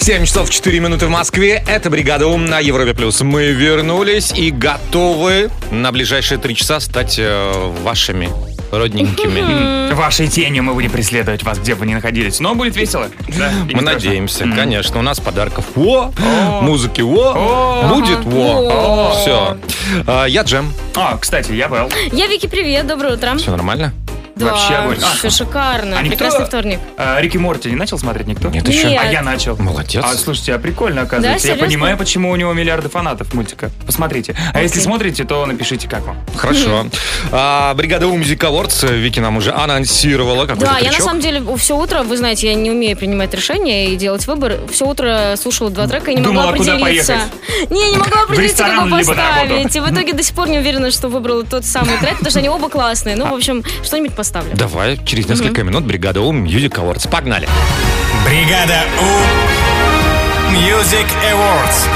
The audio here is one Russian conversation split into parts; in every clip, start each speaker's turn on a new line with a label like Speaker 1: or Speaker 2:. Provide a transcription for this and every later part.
Speaker 1: 7 часов 4 минуты в Москве. Это «Бригада Ум» на Европе+. плюс. Мы вернулись и готовы на ближайшие три часа стать э, вашими родненькими.
Speaker 2: Вашей тенью мы будем преследовать вас, где бы вы ни находились. Но будет весело. Да, и не
Speaker 1: Мы
Speaker 2: страшно.
Speaker 1: надеемся, конечно. У нас подарков во, музыки во,
Speaker 2: О.
Speaker 3: А,
Speaker 1: будет во.
Speaker 2: О.
Speaker 1: Все. Я Джем.
Speaker 2: А, кстати, я Вэл.
Speaker 3: Я Вики, привет, доброе утро.
Speaker 1: Все нормально?
Speaker 3: Да,
Speaker 2: вообще огонь.
Speaker 3: всё
Speaker 2: А.
Speaker 3: шикарно.
Speaker 2: А никто-
Speaker 3: Прекрасный вторник.
Speaker 2: А, Рик и Морти не начал смотреть никто?
Speaker 1: Нет
Speaker 3: Нет.
Speaker 1: еще.
Speaker 2: А я начал.
Speaker 1: Молодец.
Speaker 2: А, слушайте, а прикольно оказывается.
Speaker 3: Да,
Speaker 2: я
Speaker 3: серьезно?
Speaker 2: понимаю, почему у него миллиарды фанатов мультика. Посмотрите. А если смотрите, то напишите, как вам.
Speaker 1: Хорошо. А, Бригада У Music Awards. Вики нам уже анонсировала какой-то
Speaker 3: Да, я на
Speaker 1: крючок.
Speaker 3: самом деле все утро, вы знаете, я не умею принимать решения и делать выбор. Все утро слушала два трека и не
Speaker 2: Думала,
Speaker 3: могла
Speaker 2: куда
Speaker 3: определиться. не, не могла определиться,
Speaker 2: ресторан,
Speaker 3: какой
Speaker 2: либо на
Speaker 3: поставить.
Speaker 2: работу.
Speaker 3: И в итоге до сих пор не уверена, что выбрала тот самый трек, потому что они оба классные. Ну, в общем, что-нибудь поставлю.
Speaker 1: Давай, через несколько минут Бригада У Music Awards. Погнали.
Speaker 4: Бригада У. Music Awards.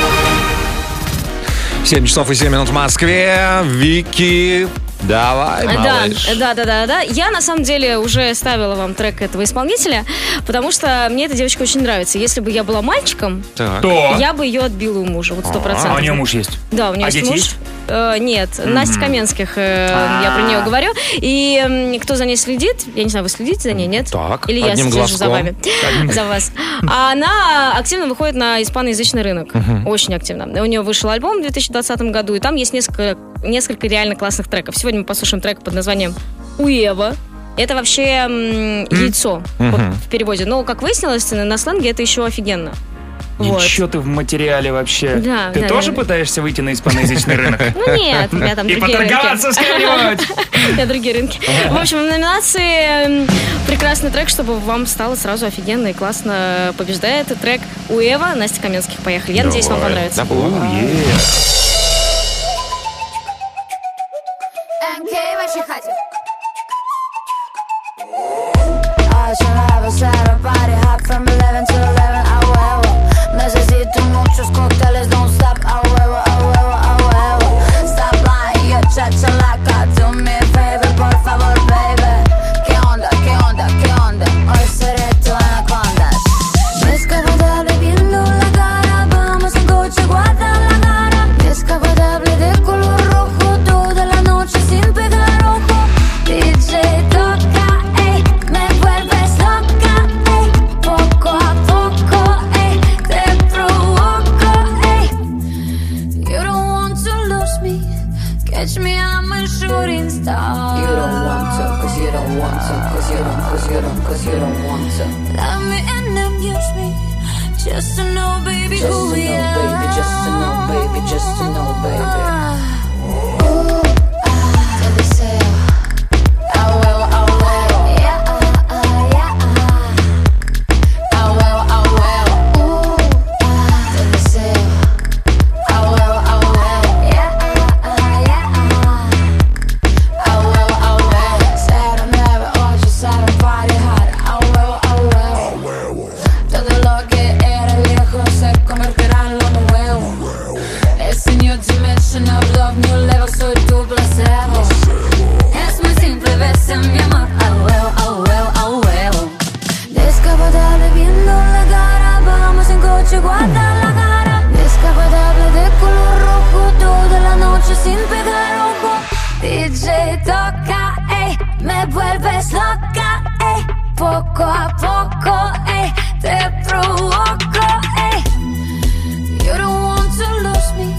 Speaker 1: 7 часов и 7 минут в Москве. Вики, давай,
Speaker 3: Да,
Speaker 1: малыш.
Speaker 3: да, да, да, да. Я на самом деле уже ставила вам трек этого исполнителя, потому что мне эта девочка очень нравится. Если бы я была мальчиком,
Speaker 1: Так.
Speaker 2: То.
Speaker 3: я бы ее отбила у мужа, вот
Speaker 2: А
Speaker 3: сто
Speaker 2: у
Speaker 3: процентов.
Speaker 2: него муж есть.
Speaker 3: Да, у нее
Speaker 2: А
Speaker 3: есть
Speaker 2: дети
Speaker 3: муж.
Speaker 2: есть?
Speaker 3: Э, нет, Настя Каменских, э, я про нее
Speaker 2: А.
Speaker 3: говорю. И м, кто за ней следит? Я не знаю, вы следите за ней, нет?
Speaker 1: Так,
Speaker 3: Или я
Speaker 1: одним
Speaker 3: слежу за
Speaker 1: глазком.
Speaker 3: вами, за вас. А она активно выходит на испаноязычный рынок, очень активно. У нее вышел альбом в 2020 году, и там есть несколько, несколько реально классных треков. Сегодня мы послушаем трек под названием «Уева». Это вообще м, яйцо
Speaker 1: Мгм.
Speaker 3: в переводе. Но, как выяснилось, на на сленге это еще офигенно. Вот.
Speaker 2: Ничего ты в материале вообще.
Speaker 3: Да,
Speaker 2: ты
Speaker 3: да,
Speaker 2: тоже
Speaker 3: да.
Speaker 2: пытаешься выйти на испаноязычный рынок?
Speaker 3: Ну нет, у меня там
Speaker 2: И
Speaker 3: другие рынки.
Speaker 2: поторговаться с кем-нибудь.
Speaker 3: на другие рынки. В общем, в номинации м, прекрасный трек, чтобы вам стало сразу офигенно и классно. Побеждает трек Уэва, Настя Каменских. Поехали. Я надеюсь, вам
Speaker 1: Давай.
Speaker 3: понравится.
Speaker 5: Андрей Вачихатин. I shall have a Saturday party hop from 11 to 11, a huevo Necesito muchos cócteles, don't stop, a huevo, a huevo, a huevo Stop lying, yo chachalaca, do me a favor, por favor, baby ¿Qué onda, qué onda, qué onda? Hoy seré tu anaconda Descapotable viendo la cara, vamos en coche, guarda la cara Descapotable de color rojo, toda la noche sin pegar ojo DJ toca, ey, me vuelves loca, ey Poco a poco, ey, te provoco, ey You don't want to lose me. Catch me, I'm a shooting star. You don't want to, cause you don't want to, cause you don't, cause you don't, cause you don't want to. Love me and amuse me. Just to know, baby, just who to we know, are. Baby, just to know, baby, just to know, baby. Ah, ah. Todo lo que era viejo se convertirá en lo nuevo. It's a new dimension of love, new level, soy tu placebo. Es muy simple, bestia, mi amor. Oh, Aueo, aueo, aueo. Descapotable viendo la cara, vamos en coche, guarda la cara. Descapotable de color rojo, toda la noche sin pegar ojo. DJ toca, ey, me vuelves loca, ey. Poco a poco, ey, te provoco, ey. You don't want to lose me.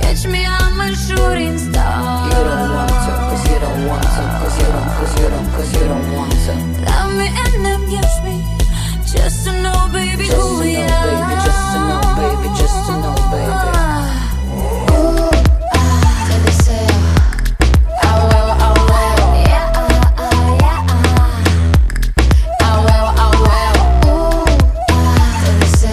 Speaker 5: Catch me, I'm a shooting star. You don't want to, cause you don't want to, cause you don't, cause you don't, cause you don't want to. Love me and amuse me. Just to know, baby, just who to we know, are. Baby, just to know, baby, just to know, baby. Yeah.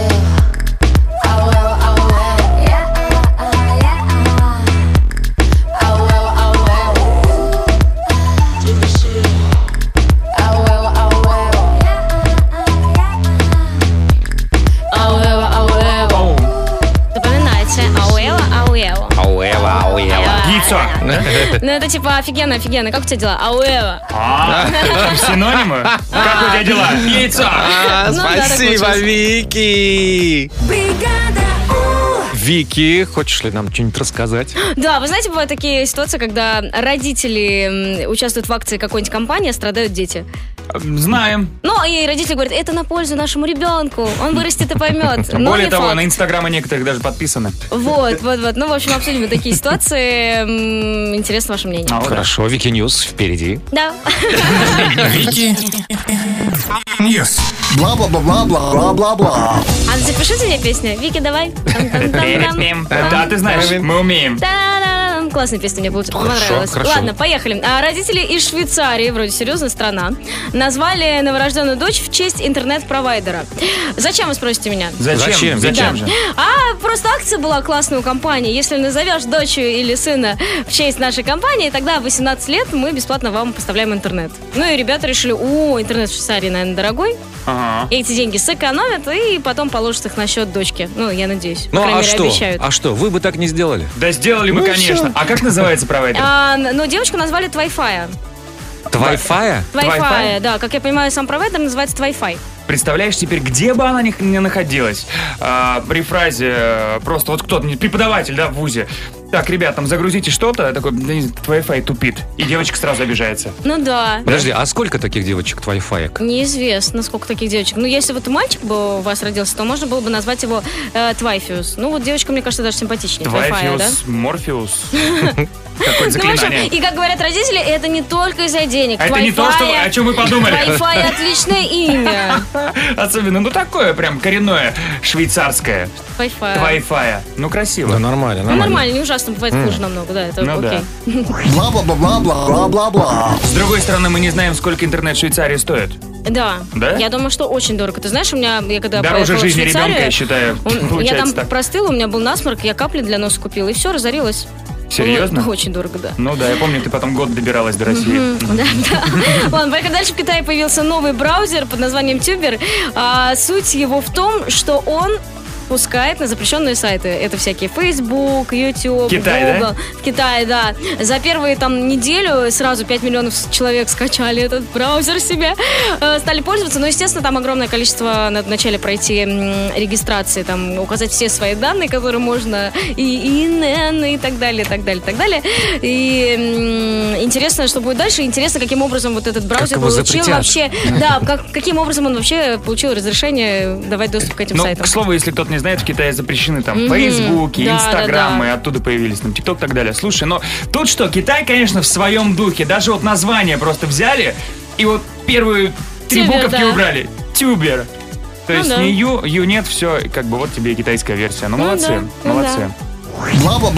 Speaker 1: э,
Speaker 3: Ну, это типа офигенно, офигенно. Как у тебя дела? Ауэва.
Speaker 2: А, там Синонимы? Как у тебя дела? Яйцо!
Speaker 1: А,
Speaker 3: Ну да, так
Speaker 1: спасибо,
Speaker 3: получилось.
Speaker 1: Вики!
Speaker 5: Бригада У.
Speaker 1: Вики, хочешь ли нам что-нибудь рассказать?
Speaker 3: Да, вы знаете, бывают такие ситуации, когда родители м, участвуют в акции какой-нибудь компании, а страдают дети.
Speaker 2: Знаем.
Speaker 3: Ну, и родители говорят, это на пользу нашему ребенку, он вырастет и поймет. Но
Speaker 2: Более
Speaker 3: Ну, не
Speaker 2: того,
Speaker 3: факт.
Speaker 2: на инстаграмы некоторых даже подписаны.
Speaker 3: Вот, вот, вот. Ну, в общем, обсудим вот такие ситуации. М, Интересно ваше мнение.
Speaker 2: А, вот так.
Speaker 1: Хорошо, Вики Ньюс впереди.
Speaker 3: Да. А,
Speaker 4: Вики Ньюс.
Speaker 6: Бла-бла-бла-бла-бла-бла-бла.
Speaker 3: А запишите мне песню. Вики, давай. Там-там-там-там.
Speaker 2: Да, а ты знаешь, мы умеем.
Speaker 3: Та-дам! Классная песня мне получилась.
Speaker 1: Хорошо,
Speaker 3: Понравилась.
Speaker 1: хорошо.
Speaker 3: Ладно, поехали. А, родители из Швейцарии, вроде серьезная страна, назвали новорожденную дочь в честь интернет-провайдера. Зачем, вы спросите меня?
Speaker 1: Зачем?
Speaker 2: Зачем? Зачем же?
Speaker 3: А, просто акция была классная у компании. Если назовешь дочь или сына в честь нашей компании, тогда в 18 лет мы бесплатно вам поставляем интернет. Ну и ребята решили, о, интернет в Швейцарии, наверное, дорогой.
Speaker 2: Ага.
Speaker 3: Эти деньги сэкономят и потом положат их на счет дочки. Ну, я надеюсь. По
Speaker 1: Ну
Speaker 3: крайней
Speaker 1: а
Speaker 3: мере,
Speaker 1: что?
Speaker 3: обещают.
Speaker 1: А что? Вы бы так не сделали.
Speaker 2: Да сделали бы,
Speaker 1: Ну и
Speaker 2: конечно.
Speaker 1: всё.
Speaker 2: А как называется провайдер?
Speaker 3: А, но девочку назвали Твайфая.
Speaker 1: Твайфая?
Speaker 3: Твайфая,
Speaker 2: Твайфай?
Speaker 3: да. Как я понимаю, сам провайдер называется Твайфай.
Speaker 2: Представляешь, теперь где бы она ни, ни находилась, а, при фразе э, просто вот кто-то, не- преподаватель, да, в ВУЗе. Так, ребят, там загрузите что-то, я такой, да, не знаю, Wi-Fi тупит. И девочка сразу обижается.
Speaker 3: Ну да.
Speaker 1: Подожди, а сколько таких девочек твайфаек?
Speaker 3: Неизвестно, сколько таких девочек. Ну, если вот мальчик бы у вас родился, то можно было бы назвать его э, Твайфиус. Ну, вот девочка, мне кажется, даже симпатичнее. Твайфая, да?
Speaker 2: Твайфиус, Морфеус. Какое
Speaker 3: Ну, в общем,
Speaker 2: заклинание.
Speaker 3: и как говорят родители, это не только из-за денег.
Speaker 2: А это не то, что, о чем вы подумали.
Speaker 3: Wi-Fi отличное имя.
Speaker 2: Особенно, ну такое прям коренное швейцарское.
Speaker 3: Wi-Fi.
Speaker 2: Wi-Fi. Ну
Speaker 1: Да
Speaker 2: красиво.
Speaker 1: нормально,
Speaker 3: Ну,
Speaker 1: нормально.
Speaker 3: нормально, не ужасно, бывает хуже намного, да, это
Speaker 2: Ну да.
Speaker 3: окей.
Speaker 6: Бла-бла-бла-бла-бла-бла-бла.
Speaker 2: С другой стороны, мы не знаем, сколько интернет в Швейцарии стоит.
Speaker 3: Да.
Speaker 2: Да?
Speaker 3: Я думаю, что очень дорого. Ты знаешь, у меня, я когда
Speaker 2: Дороже
Speaker 3: поехала в
Speaker 2: жизни ребенка, я считаю,
Speaker 3: Швейцарию, он- я там
Speaker 2: получается так.
Speaker 3: простыла, у меня был насморк, я капли для носа купила, и все, разорилась.
Speaker 2: Серьезно?
Speaker 3: Было Очень дорого, да.
Speaker 2: Ну да, я помню, ты потом год добиралась до России.
Speaker 3: Да, да. Ладно, поехали дальше. В Китае появился новый браузер под названием Тюбер. А, суть его в том, что он пускает на запрещенные сайты. Это всякие Facebook, YouTube,
Speaker 2: Китай, да?
Speaker 3: Google. В Китае, да. За первые там неделю сразу 5 миллионов человек скачали этот браузер себе, э, стали пользоваться. Но, естественно, там огромное количество надо вначале пройти м, регистрации, там указать все свои данные, которые можно, и ИНН, и так далее, и так далее, и так далее. И м, интересно, что будет дальше. Интересно, каким образом вот этот браузер
Speaker 1: его
Speaker 3: получил
Speaker 1: запретят.
Speaker 3: вообще, да, как- каким образом он вообще получил разрешение давать доступ к этим
Speaker 2: Ну,
Speaker 3: сайтам.
Speaker 2: к слову, если кто-то не знает, в Китае запрещены там
Speaker 3: Мгм.
Speaker 2: Фейсбуки,
Speaker 3: Да,
Speaker 2: Инстаграмы,
Speaker 3: да,
Speaker 2: оттуда появились там ТикТок и так далее. Слушай, но тут что, Китай, конечно, в своем духе. Даже вот название просто взяли и вот первые три
Speaker 3: Тюбер,
Speaker 2: буковки
Speaker 3: да.
Speaker 2: убрали. Тюбер. То
Speaker 3: Ну
Speaker 2: есть
Speaker 3: да.
Speaker 2: не Ю, Ю нет, все, как бы вот тебе и китайская версия. Ну,
Speaker 3: Ну да,
Speaker 2: молодцы,
Speaker 3: ну
Speaker 2: молодцы.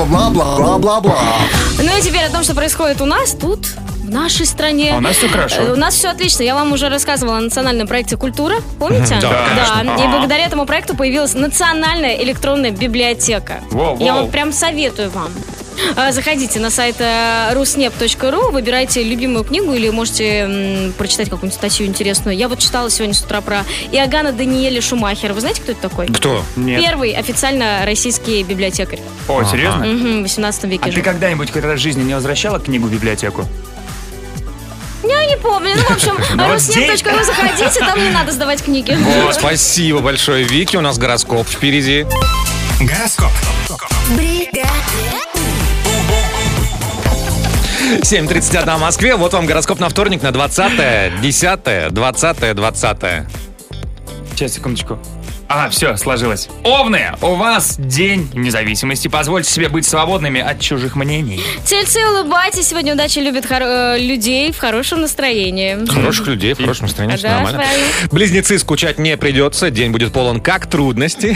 Speaker 6: Бла-бла-бла-бла-бла-бла-бла.
Speaker 3: Ну и теперь о том, что происходит у нас тут, в нашей стране.
Speaker 2: А у нас все
Speaker 3: Э, У
Speaker 2: хорошо.
Speaker 3: нас все отлично. Я вам уже рассказывала о национальном проекте «Культура». Помните?
Speaker 1: Мгм, да,
Speaker 2: конечно.
Speaker 3: И
Speaker 2: Ага.
Speaker 3: благодаря этому проекту появилась национальная электронная библиотека.
Speaker 2: Воу,
Speaker 3: Я
Speaker 2: воу.
Speaker 3: вам прям советую вам. Э, Заходите на сайт э, rusnep.ru, выбирайте любимую книгу или можете м, прочитать какую-нибудь статью интересную. Я вот читала сегодня с утра про Иоганна Даниэля Шумахера. Вы знаете, кто это такой?
Speaker 1: Кто?
Speaker 2: Нет.
Speaker 3: Первый официально российский библиотекарь.
Speaker 2: О, серьезно?
Speaker 3: Мгм, в 18 веке
Speaker 2: А
Speaker 3: жил.
Speaker 2: ты когда-нибудь, когда в жизни не возвращала книгу в библиотеку?
Speaker 3: Я не помню. Ну, в общем,
Speaker 2: вот
Speaker 3: rusnep.ru заходите, там не надо сдавать книги.
Speaker 1: Вот, спасибо большое, Вики. У нас гороскоп впереди.
Speaker 4: Гороскоп.
Speaker 1: 7.31 в Москве. Вот вам гороскоп на вторник на 20 10 20 20
Speaker 2: Сейчас, секундочку. А, все, сложилось. Овны, у вас день независимости. Позвольте себе быть свободными от чужих мнений.
Speaker 3: Тельцы, улыбайтесь. Сегодня удача любит хоро- э, людей в хорошем настроении.
Speaker 1: Хороших людей, в хорошем настроении,
Speaker 3: А,
Speaker 1: все
Speaker 3: да,
Speaker 1: нормально.
Speaker 3: правильно.
Speaker 1: Близнецы скучать не придется. День будет полон как трудностей,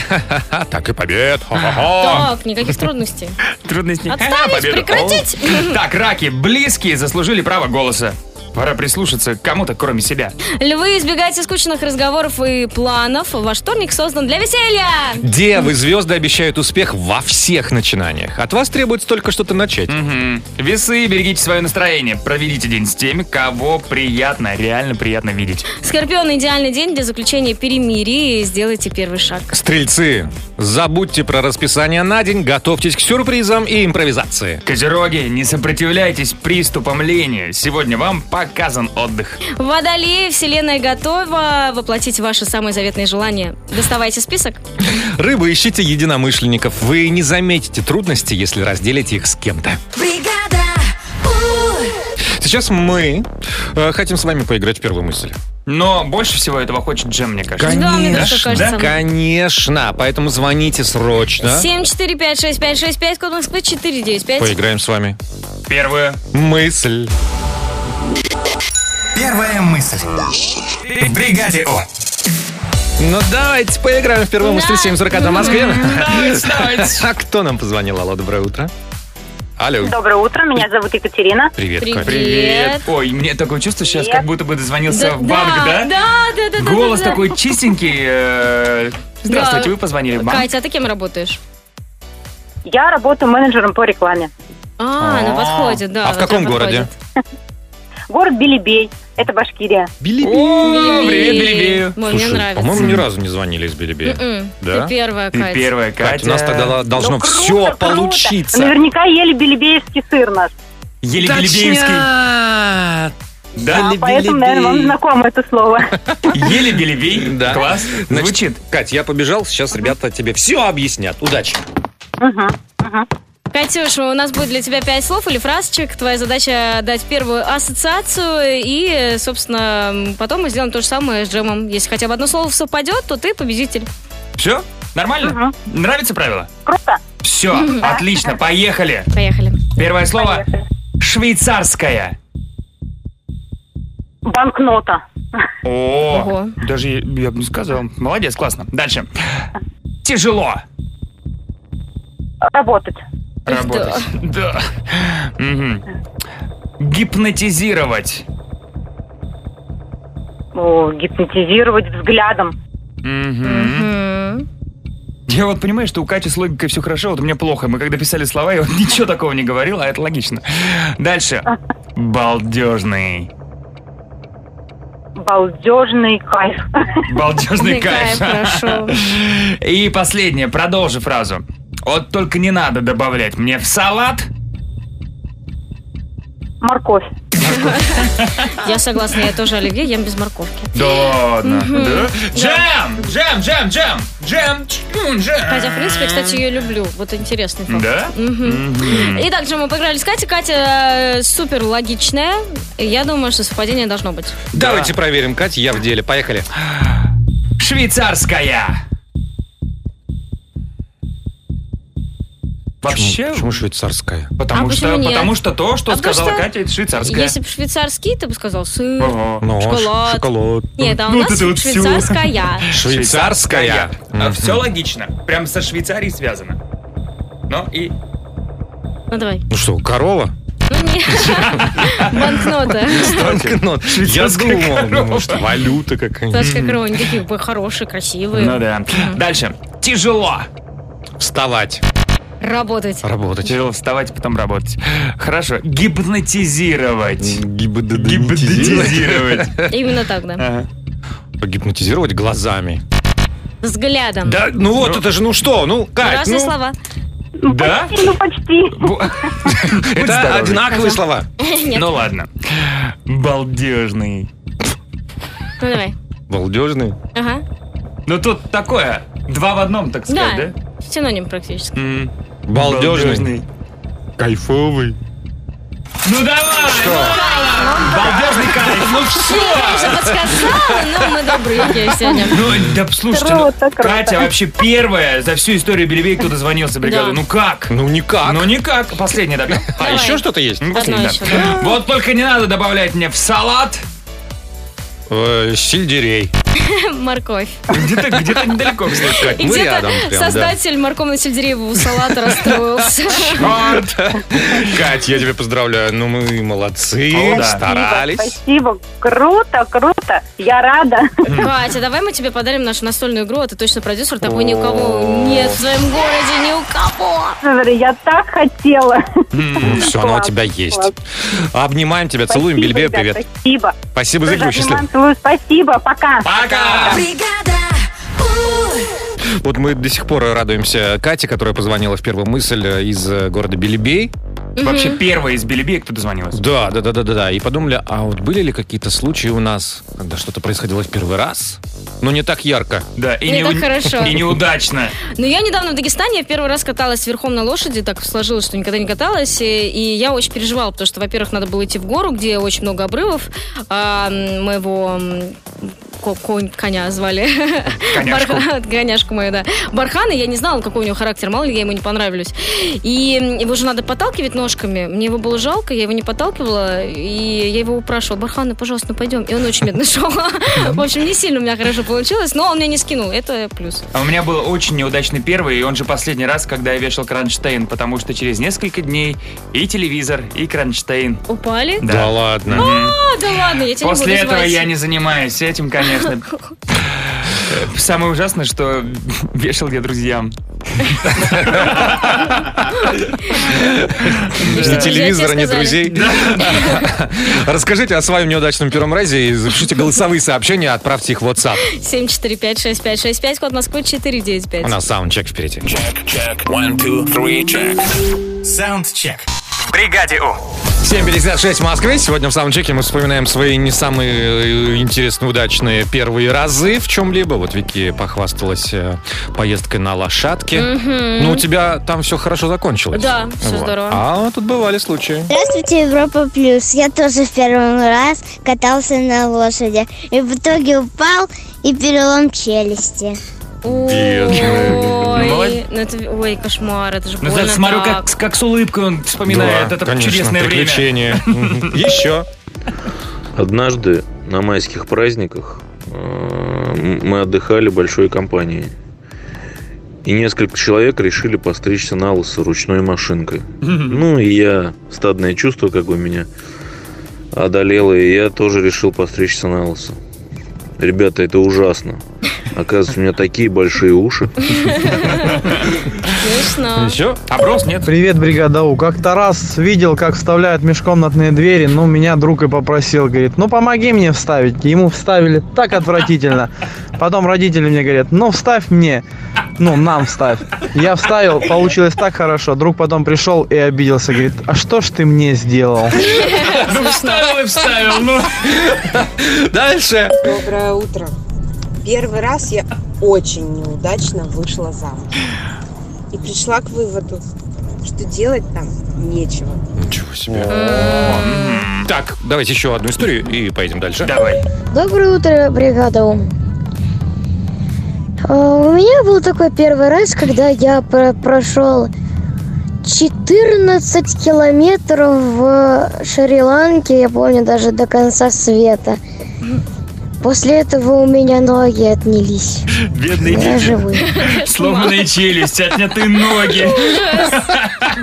Speaker 1: так и побед. Ха-ха-ха.
Speaker 3: Так, никаких трудностей.
Speaker 2: Трудность не... а
Speaker 3: Отставить, прекратить!
Speaker 2: Так, раки, близкие заслужили право голоса. Пора прислушаться к кому-то, кроме себя.
Speaker 3: Львы, избегайте скучных разговоров и планов. Ваш вторник создан для веселья.
Speaker 1: Девы, звезды обещают успех во всех начинаниях. От вас требуется только что-то начать.
Speaker 2: Мгм. Весы, берегите свое настроение. Проведите день с теми, кого приятно, реально приятно видеть.
Speaker 3: Скорпион – идеальный день для заключения перемирия. и Сделайте первый шаг.
Speaker 1: Стрельцы, забудьте про расписание на день, готовьтесь к сюрпризам и импровизации.
Speaker 2: Козероги, не сопротивляйтесь приступам лени. Сегодня вам показан отдых.
Speaker 3: Водолеи, вселенная готова воплотить ваши самые заветные желания. Доставайте список.
Speaker 1: Рыбы, ищите единомышленников. Вы не заметите трудности, если разделите их с кем-то.
Speaker 5: Бригада У
Speaker 1: Сейчас мы э, хотим с вами поиграть в первую мысль.
Speaker 2: Но больше всего этого хочет Джем, мне кажется.
Speaker 3: Да, мне тоже так кажется.
Speaker 1: Конечно, поэтому звоните срочно.
Speaker 3: 7456565, код Москвы 495.
Speaker 1: Поиграем с вами.
Speaker 2: Первую.
Speaker 1: Мысль.
Speaker 4: Первая мысль. В бригаде О.
Speaker 1: Ну давайте поиграем в первую мысль 7.41 в Москве. А кто нам позвонил? Алло, доброе утро. Алло.
Speaker 6: Доброе утро, меня зовут Екатерина.
Speaker 1: Привет,
Speaker 3: Привет.
Speaker 1: Катя.
Speaker 3: Привет.
Speaker 2: Ой, мне такое чувство сейчас, как будто бы дозвонился в банк, да?
Speaker 3: да, да, да, да,
Speaker 2: Голос
Speaker 3: да, да.
Speaker 2: такой чистенький. э, Здравствуйте, вы позвонили в банк.
Speaker 3: Катя, а ты кем работаешь?
Speaker 6: Я работаю менеджером по рекламе.
Speaker 3: А, на
Speaker 2: А.
Speaker 3: подходе, да.
Speaker 1: А в
Speaker 3: вот
Speaker 1: каком
Speaker 3: на подходе.
Speaker 1: городе?
Speaker 6: Город Билибей, это Башкирия.
Speaker 2: О, привет,
Speaker 3: Билибей.
Speaker 2: Билибей.
Speaker 3: Ой, мне
Speaker 1: Слушай,
Speaker 3: нравится.
Speaker 1: по-моему, ни разу не звонили из Белебея.
Speaker 3: М-м,
Speaker 1: Да?
Speaker 3: Ты первая,
Speaker 2: Ты
Speaker 3: Катя.
Speaker 2: первая, Катя.
Speaker 1: Катя, у нас тогда должно
Speaker 6: Ну, круто,
Speaker 1: все
Speaker 6: круто.
Speaker 1: получиться.
Speaker 6: Наверняка ели билибеевский сыр наш.
Speaker 2: Еле Билибеевский.
Speaker 1: Точно!
Speaker 2: Да?
Speaker 1: Билибей.
Speaker 6: А, Поэтому, наверное, вам знакомо это слово.
Speaker 2: Еле Билибей.
Speaker 1: Да.
Speaker 2: Класс.
Speaker 1: Значит,
Speaker 2: Звучит.
Speaker 1: Кать, я побежал, сейчас ребята тебе все объяснят. Удачи.
Speaker 6: Мгм.
Speaker 3: Катюша, у нас будет для тебя пять слов или фразочек. Твоя задача дать первую ассоциацию. И, собственно, потом мы сделаем то же самое с Джемом. Если хотя бы одно слово совпадет, то ты победитель.
Speaker 2: Все? Нормально? Нравится правило?
Speaker 6: Круто.
Speaker 2: Все, отлично, поехали.
Speaker 3: Поехали.
Speaker 2: Первое слово швейцарская.
Speaker 6: Банкнота.
Speaker 2: О,
Speaker 3: Ого.
Speaker 2: даже я, я бы не сказал. Молодец, классно. Дальше. Тяжело
Speaker 6: Работать.
Speaker 2: работать. Да. Мгм. Гипнотизировать.
Speaker 6: О, гипнотизировать взглядом.
Speaker 2: Мгм.
Speaker 3: М.
Speaker 2: Я вот понимаю, что у Кати с логикой все хорошо, вот у меня плохо. Мы когда писали слова, я вот ничего такого не говорил, а это логично. Дальше. Балдежный.
Speaker 6: Балдежный кайф.
Speaker 2: Балдежный Ну кайф.
Speaker 3: Хорошо.
Speaker 2: И последнее, продолжи фразу. Вот только не надо добавлять мне в салат.
Speaker 6: Морковь.
Speaker 3: Я согласна, я тоже оливье ем без морковки.
Speaker 2: Да ладно. Да? Джем! Джем, джем, джем! Джем! чм, джем!
Speaker 3: Хотя, в принципе, кстати, ее люблю. Вот интересный факт.
Speaker 2: Да?
Speaker 3: Итак, Джем, мы поиграли с Катей. Катя э, супер логичная. Я думаю, что совпадение должно быть.
Speaker 1: Давайте проверим, Катя, я в деле. Поехали.
Speaker 2: Швейцарская. Вообще,
Speaker 1: Почему швейцарская?
Speaker 2: потому
Speaker 3: А
Speaker 2: что,
Speaker 3: почему нет?
Speaker 2: потому что то, что
Speaker 3: А потому
Speaker 2: сказала
Speaker 3: что
Speaker 2: Катя, это швейцарская.
Speaker 3: Если бы швейцарский, ты бы сказал сыр.
Speaker 2: Ого.
Speaker 1: Ну,
Speaker 3: Шоколад.
Speaker 1: шоколад. Ну,
Speaker 3: Нет, а у
Speaker 2: Ну, Вот
Speaker 3: нас
Speaker 2: это вот всё.
Speaker 3: швейцарская.
Speaker 1: Швейцарская.
Speaker 2: Все Э, логично. Прям со Швейцарией связано. Ну и
Speaker 3: Ну давай.
Speaker 1: Ну что, корова?
Speaker 3: Ну нет. Банкнота.
Speaker 1: Банкнот. Я
Speaker 2: швейцарская
Speaker 1: думал,
Speaker 2: корова.
Speaker 1: ну, что валюта какая-нибудь.
Speaker 3: Сашка Крова, они такие бы хорошие, красивые.
Speaker 2: Ну да. Дальше. Тяжело.
Speaker 1: Вставать,
Speaker 3: Работать.
Speaker 1: работать.
Speaker 2: Тяжело вставать, потом работать. Хорошо. Гипнотизировать. Гипнотизировать.
Speaker 3: Именно так, да.
Speaker 2: Ага.
Speaker 1: Погипнотизировать глазами.
Speaker 3: Взглядом.
Speaker 1: Да, ну вот это же, ну что, ну, Кать,
Speaker 3: Разные
Speaker 1: ну,
Speaker 3: слова.
Speaker 2: Да?
Speaker 6: Почти, ну почти.
Speaker 1: это
Speaker 2: здоровый.
Speaker 1: одинаковые слова.
Speaker 3: Нет,
Speaker 2: Ну ладно. Балдежный.
Speaker 3: ну давай.
Speaker 1: Балдежный.
Speaker 3: Ага.
Speaker 2: Ну тут такое. Два в одном, так
Speaker 3: Да.
Speaker 2: сказать,
Speaker 3: Синоним практически.
Speaker 2: да? М.
Speaker 1: Балдежный. Кайфовый.
Speaker 2: Ну давай! ну, Балдежный кайф. Ну все!
Speaker 3: Конечно, подсказала, но мы добрые сегодня.
Speaker 2: Ну, да слушайте, ну,
Speaker 6: Круто, круто.
Speaker 2: Катя вообще первая за всю историю Белевей, кто дозвонился в бригаду.
Speaker 3: Да.
Speaker 2: Ну как?
Speaker 1: Ну никак.
Speaker 2: Ну никак. Последний тогда.
Speaker 1: А
Speaker 3: Давай.
Speaker 1: еще что-то есть?
Speaker 2: Ну,
Speaker 3: Одно
Speaker 2: последний,
Speaker 3: еще,
Speaker 2: да. Вот только не надо добавлять мне в салат.
Speaker 1: Э, Сельдерей.
Speaker 3: Морковь.
Speaker 2: Где-то где-то недалеко, кстати.
Speaker 3: И
Speaker 1: Мы
Speaker 3: где-то
Speaker 1: рядом прям, да.
Speaker 3: создатель морковного сельдереевого салата расстроился.
Speaker 2: Черт!
Speaker 1: Кать, я тебя поздравляю. Ну, мы молодцы,
Speaker 2: О, да.
Speaker 1: старались.
Speaker 6: Спасибо, круто, круто. Я рада.
Speaker 3: Катя, давай мы тебе подарим нашу настольную игру, а ты точно продюсер, такой ни у кого нет в своем городе, ни у кого.
Speaker 6: Я так хотела.
Speaker 1: Все, она у тебя есть. Обнимаем тебя, целуем,
Speaker 6: Спасибо,
Speaker 1: Бельбе,
Speaker 6: ребят,
Speaker 1: привет.
Speaker 6: Спасибо.
Speaker 1: Спасибо за игру,
Speaker 6: Тоже
Speaker 1: счастливо.
Speaker 6: обнимаю, целую. Спасибо, пока.
Speaker 1: Пока!
Speaker 5: Бригада! У!
Speaker 1: Вот мы до сих пор радуемся Кате, которая позвонила в первую мысль э, из э, города Белебей.
Speaker 2: Вообще первая из Белебей, кто дозвонилась.
Speaker 1: Да, да, да, да, да, да. И подумали, а вот были ли какие-то случаи у нас, когда что-то происходило в первый раз, но не так ярко?
Speaker 2: Да, и
Speaker 3: Не
Speaker 2: неу-
Speaker 3: так хорошо.
Speaker 2: И неудачно.
Speaker 3: Ну, я недавно в Дагестане я первый раз каталась верхом на лошади, так сложилось, что никогда не каталась, и, и я очень переживала, потому что, во-первых, надо было идти в гору, где очень много обрывов, а, м, моего м, ко- конь, коня звали.
Speaker 2: Коняшку.
Speaker 3: Бархан- коняшку мою, да. Бархана, я не знала, какой у него характер, мало ли я ему не понравлюсь. И м, его же надо подталкивать ножками, мне его было жалко, я его не подталкивала, и я его упрашивала, Бархан, ну, пожалуйста, ну, пойдем. И он очень медленно шел. В общем, не сильно у меня хорошо получилось, но он меня не скинул, это плюс.
Speaker 2: А у меня был очень неудачный первый, и он же последний раз, когда я вешал кронштейн, потому что через несколько дней и телевизор, и кронштейн.
Speaker 3: Упали?
Speaker 2: Да.
Speaker 1: ладно.
Speaker 3: А, да ладно, я тебя
Speaker 2: После
Speaker 3: не буду
Speaker 2: этого
Speaker 3: звать.
Speaker 2: я не занимаюсь этим, конечно. Э, Самое ужасное, что вешал я друзьям.
Speaker 1: Ни
Speaker 3: Что же,
Speaker 1: телевизора,
Speaker 3: тебе
Speaker 1: ни
Speaker 3: сказали?
Speaker 1: друзей. Расскажите о своем неудачном первом разе и запишите голосовые сообщения, отправьте их в WhatsApp.
Speaker 3: 7456565, код Москвы
Speaker 1: У
Speaker 3: 495.
Speaker 1: нас саундчек впереди.
Speaker 4: Саундчек. В бригаде У.
Speaker 1: 7.56 в Москве. Сегодня в саундчеке мы вспоминаем свои не самые э, интересные, удачные первые разы в чем-либо. Вот Вики похвасталась э, поездкой на лошадке. Ну, у тебя там все хорошо закончилось.
Speaker 3: Да, всё
Speaker 1: Вот.
Speaker 3: здорово.
Speaker 1: А тут бывали случаи.
Speaker 7: Здравствуйте, Европа Плюс. Я тоже в первый раз катался на лошади. И в итоге упал и перелом челюсти.
Speaker 3: Ой,
Speaker 2: Молодец.
Speaker 3: ну это- ой, кошмар, это же
Speaker 2: Ну,
Speaker 3: больно
Speaker 2: смотрю,
Speaker 3: так.
Speaker 2: как, как с улыбкой он вспоминает
Speaker 1: Да,
Speaker 2: это
Speaker 1: конечно,
Speaker 2: чудесное время.
Speaker 1: приключения. Мгм. Еще.
Speaker 8: Однажды на майских праздниках э, мы отдыхали большой компанией. И несколько человек решили постричься на лысо ручной машинкой. Ну и я, стадное чувство, как бы меня одолело, и я тоже решил постричься на лысо. Ребята, это ужасно. Оказывается, у меня такие большие уши.
Speaker 3: Смешно.
Speaker 1: Еще?
Speaker 2: Оброс, нет?
Speaker 9: Привет, бригада У. Как-то раз видел, как вставляют межкомнатные двери, ну, меня друг и попросил, говорит, ну, помоги мне вставить. Ему вставили так отвратительно. Потом родители мне говорят, ну, вставь мне, ну, нам вставь. Я вставил, получилось так хорошо. Друг потом пришел и обиделся, говорит, а что ж ты мне сделал?
Speaker 2: Ну, вставил и вставил, ну.
Speaker 1: Дальше.
Speaker 10: Доброе утро. Первый раз я очень неудачно вышла замуж. И пришла к выводу, что делать там нечего.
Speaker 1: Ничего себе. Так, давайте еще одну историю и поедем дальше.
Speaker 2: Давай.
Speaker 7: Доброе утро, бригада У. У меня был такой первый раз, когда я прошел 14 километров в Шри-Ланке, я помню, даже до конца света. После этого у меня ноги отнялись.
Speaker 2: Бедные
Speaker 7: Я
Speaker 2: дети.
Speaker 7: живы.
Speaker 2: Сломанные челюсти, отнятые ноги.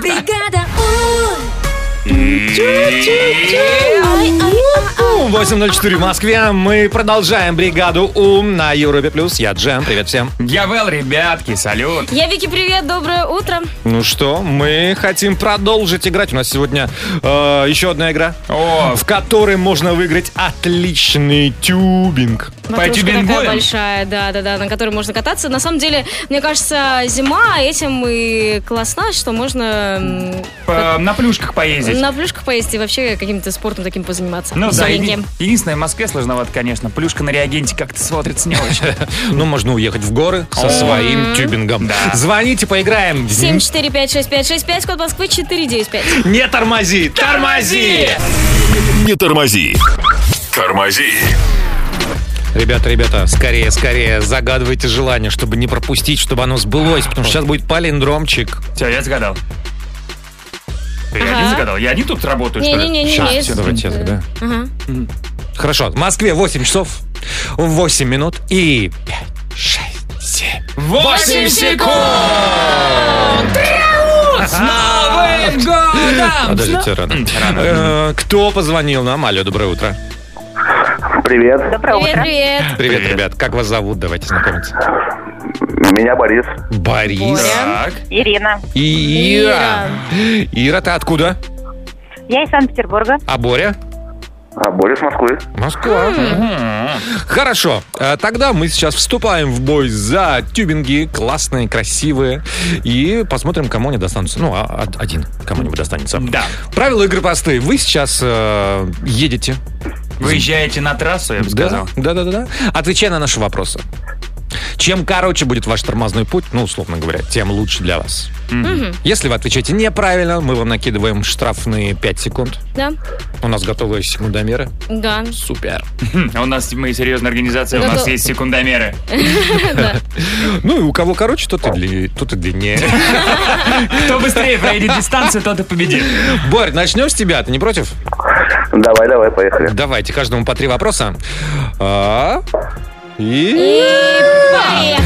Speaker 5: Бригада У!
Speaker 1: 8.04 в Москве. Мы продолжаем бригаду Ум на Европе плюс. Я Джем. Привет всем.
Speaker 2: Я Вэл, ребятки, салют.
Speaker 3: Я Вики, привет, доброе утро.
Speaker 1: Ну что, мы хотим продолжить играть. У нас сегодня э, еще одна игра,
Speaker 2: О,
Speaker 1: в которой можно выиграть отличный тюбинг.
Speaker 3: Ватрушка
Speaker 2: тебе
Speaker 3: такая
Speaker 2: ингоем?
Speaker 3: большая, да, да, да, на которой можно кататься. На самом деле, мне кажется, зима а этим и классна, что можно м,
Speaker 2: э, на плюшках поездить.
Speaker 3: на плюшках поесть и вообще каким-то спортом таким позаниматься.
Speaker 2: Ну да,
Speaker 3: Веселеньким.
Speaker 2: еди- единственное, в Москве сложновато, конечно. Плюшка на реагенте как-то смотрится не очень.
Speaker 1: Ну, можно уехать в горы со своим тюбингом. Звоните, поиграем.
Speaker 3: 7456565, код Москвы 495.
Speaker 1: Не тормози, тормози!
Speaker 11: Не тормози. Тормози.
Speaker 1: Ребята, ребята, скорее, скорее, загадывайте желание, чтобы не пропустить, чтобы оно сбылось, потому что сейчас будет палиндромчик.
Speaker 2: Все, я загадал. Ты
Speaker 3: Ага.
Speaker 2: один загадал? Я один тут работаю, что ли?
Speaker 3: Не-не-не-не.
Speaker 1: Сейчас, давайте я тогда. Хорошо, в Москве 8 часов 8 минут и 5, 6, 7,
Speaker 2: 8 секунд! С Новым годом!
Speaker 1: Подождите, рано. Э, Кто позвонил нам? Алло, доброе утро.
Speaker 12: Привет.
Speaker 3: Привет, привет.
Speaker 1: Привет, ребят. Как вас зовут? Давайте знакомиться.
Speaker 12: Меня Борис.
Speaker 1: Борис. Так.
Speaker 6: Ирина.
Speaker 1: И- Ира. Ира, ты откуда?
Speaker 6: Я из Санкт-Петербурга.
Speaker 1: А Боря?
Speaker 12: А Боря с Москвы.
Speaker 1: Москва. Хорошо. Э, Тогда мы сейчас вступаем в бой за тюбинги. Классные, красивые. И посмотрим, кому они достанутся. Ну, а- а- один кому-нибудь достанется. Да. Правила игры простые. Вы сейчас э, едете.
Speaker 2: Выезжаете на трассу, я бы сказал.
Speaker 1: Да, да, да, да. Отвечая на наши вопросы. Чем короче будет ваш тормозной путь, ну, условно говоря, тем лучше для вас.
Speaker 3: Мгм.
Speaker 1: Если вы отвечаете неправильно, мы вам накидываем штрафные 5 секунд.
Speaker 3: Да,
Speaker 1: У нас готовые секундомеры.
Speaker 3: да.
Speaker 1: Супер.
Speaker 2: Хм, а У нас мы серьезная организация, у
Speaker 3: Да,
Speaker 2: нас
Speaker 3: да.
Speaker 2: есть секундомеры.
Speaker 1: Ну и у кого короче, тот и, дли- тот и длиннее.
Speaker 2: Кто быстрее проедет дистанцию, тот и победит.
Speaker 1: Борь, начнем с тебя, ты не против?
Speaker 12: Давай, давай, поехали.
Speaker 1: Давайте, каждому по три вопроса. А,
Speaker 3: И
Speaker 1: И...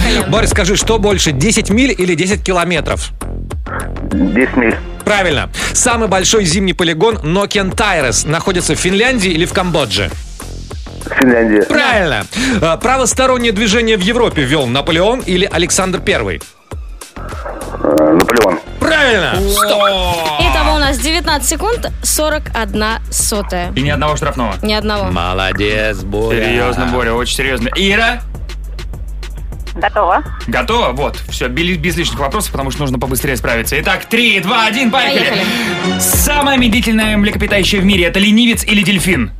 Speaker 3: поехали.
Speaker 1: Борь, скажи, что больше, 10 миль или 10 километров?
Speaker 12: 10 миль.
Speaker 1: Правильно. Самый большой зимний полигон Нокен Тайрес находится в Финляндии или в Камбодже?
Speaker 12: Финляндия.
Speaker 1: Правильно. Э, Правостороннее движение в Европе вел Наполеон или Александр Первый?
Speaker 12: Э, Наполеон.
Speaker 1: Правильно.
Speaker 3: Итого у нас 19 секунд 41 сотая.
Speaker 2: И ни одного штрафного.
Speaker 3: Ни одного.
Speaker 1: Молодец, Боря.
Speaker 2: Серьезно, Боря, очень серьезно. Ира?
Speaker 6: Готова.
Speaker 2: Готова? Вот, все, били- без лишних вопросов, потому что нужно побыстрее справиться. Итак, 3, 2, 1, поехали! Самое медлительное млекопитающее в мире – это ленивец или дельфин?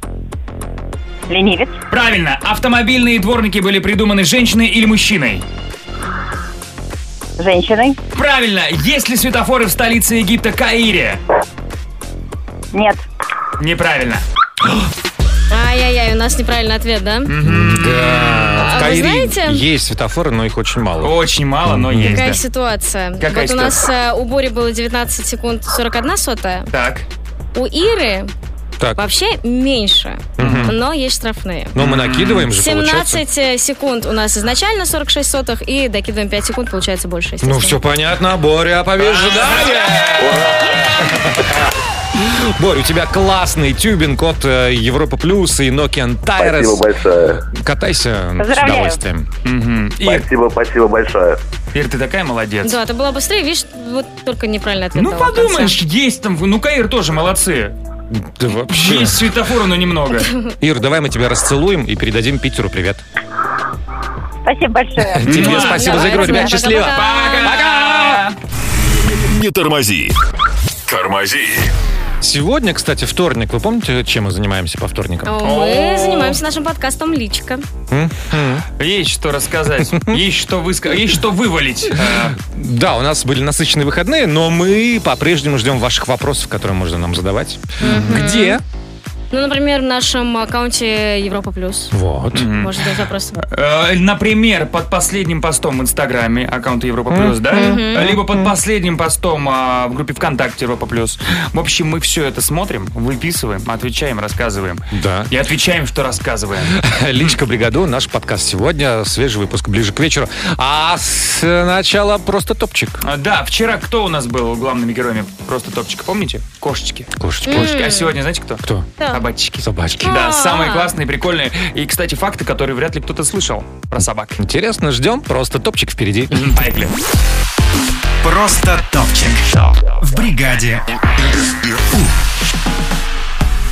Speaker 6: Ленивец.
Speaker 2: Правильно. Автомобильные дворники были придуманы женщиной или мужчиной?
Speaker 6: Женщиной.
Speaker 2: Правильно. Есть ли светофоры в столице Египта Каире?
Speaker 6: Нет.
Speaker 2: Неправильно.
Speaker 3: Ай-яй-яй, у нас неправильный ответ, да?
Speaker 1: Да.
Speaker 3: А
Speaker 1: В
Speaker 3: вы
Speaker 1: Каире
Speaker 3: знаете-
Speaker 1: есть светофоры, но их очень мало.
Speaker 2: Очень мало, но есть.
Speaker 3: Какая ситуация?
Speaker 1: Какая
Speaker 3: вот у нас э, у Бори было 19 секунд 41 сотая.
Speaker 2: Так.
Speaker 3: У Иры
Speaker 1: Так.
Speaker 3: вообще меньше,
Speaker 1: Мгм.
Speaker 3: но есть штрафные.
Speaker 1: Но мы накидываем же,
Speaker 3: 17
Speaker 1: получается.
Speaker 3: секунд у нас изначально 46 сотых, и докидываем 5 секунд, получается больше.
Speaker 1: Ну, все понятно, Боря, побеждает! Борь, у тебя классный тюбинг от э, Европа Плюс и Nokia Tires.
Speaker 12: Спасибо большое.
Speaker 1: Катайся с
Speaker 3: Поздравляю.
Speaker 1: удовольствием.
Speaker 12: Спасибо, спасибо большое.
Speaker 2: Ир, ты такая молодец.
Speaker 3: Да, ты была быстрее, видишь, вот только неправильный ответ.
Speaker 2: Ну
Speaker 3: дала в конце.
Speaker 2: подумаешь, есть там. Ну, Каир тоже молодцы.
Speaker 1: Да вообще.
Speaker 2: Есть светофоры, но немного.
Speaker 1: Ир, давай мы тебя расцелуем и передадим Питеру привет.
Speaker 6: Спасибо большое.
Speaker 1: Тебе спасибо за игру,
Speaker 11: Давайте,
Speaker 1: ребят, счастливо.
Speaker 11: Не тормози. Тормози.
Speaker 1: Сегодня, кстати, вторник. Вы помните, чем мы занимаемся по
Speaker 3: А
Speaker 1: вторникам?
Speaker 3: Мы занимаемся нашим подкастом «Личка».
Speaker 2: Есть что рассказать, есть что высказать, есть что вывалить. Э,
Speaker 1: Да, у нас были насыщенные выходные, но мы по-прежнему ждем ваших вопросов, которые можно нам задавать. Где?
Speaker 3: Ну, например, в нашем аккаунте Европа+. плюс.
Speaker 1: Вот.
Speaker 3: Может, даже запросы.
Speaker 2: Э, Например, под последним постом в Инстаграме аккаунта Европа Плюс, да? Э,
Speaker 3: Мгм.
Speaker 2: Либо под последним постом а, в группе ВКонтакте Европа Плюс. В общем, мы все это смотрим, выписываем, отвечаем, рассказываем.
Speaker 1: Да.
Speaker 2: И отвечаем, что рассказываем.
Speaker 1: Личка бригаду, наш подкаст сегодня, свежий выпуск ближе к вечеру. А сначала просто топчик.
Speaker 2: А, Да, вчера кто у нас был главными героями? Просто топчика, помните? Кошечки.
Speaker 1: Кошечки.
Speaker 2: Кошечки. А сегодня знаете кто?
Speaker 1: Кто?
Speaker 2: Собачки.
Speaker 1: Собачки.
Speaker 2: Да,
Speaker 1: А.
Speaker 2: самые классные, прикольные. И, кстати, факты, которые вряд ли кто-то слышал про собак.
Speaker 1: Интересно, ждем. Просто топчик впереди.
Speaker 2: Поехали.
Speaker 4: Просто топчик. В бригаде.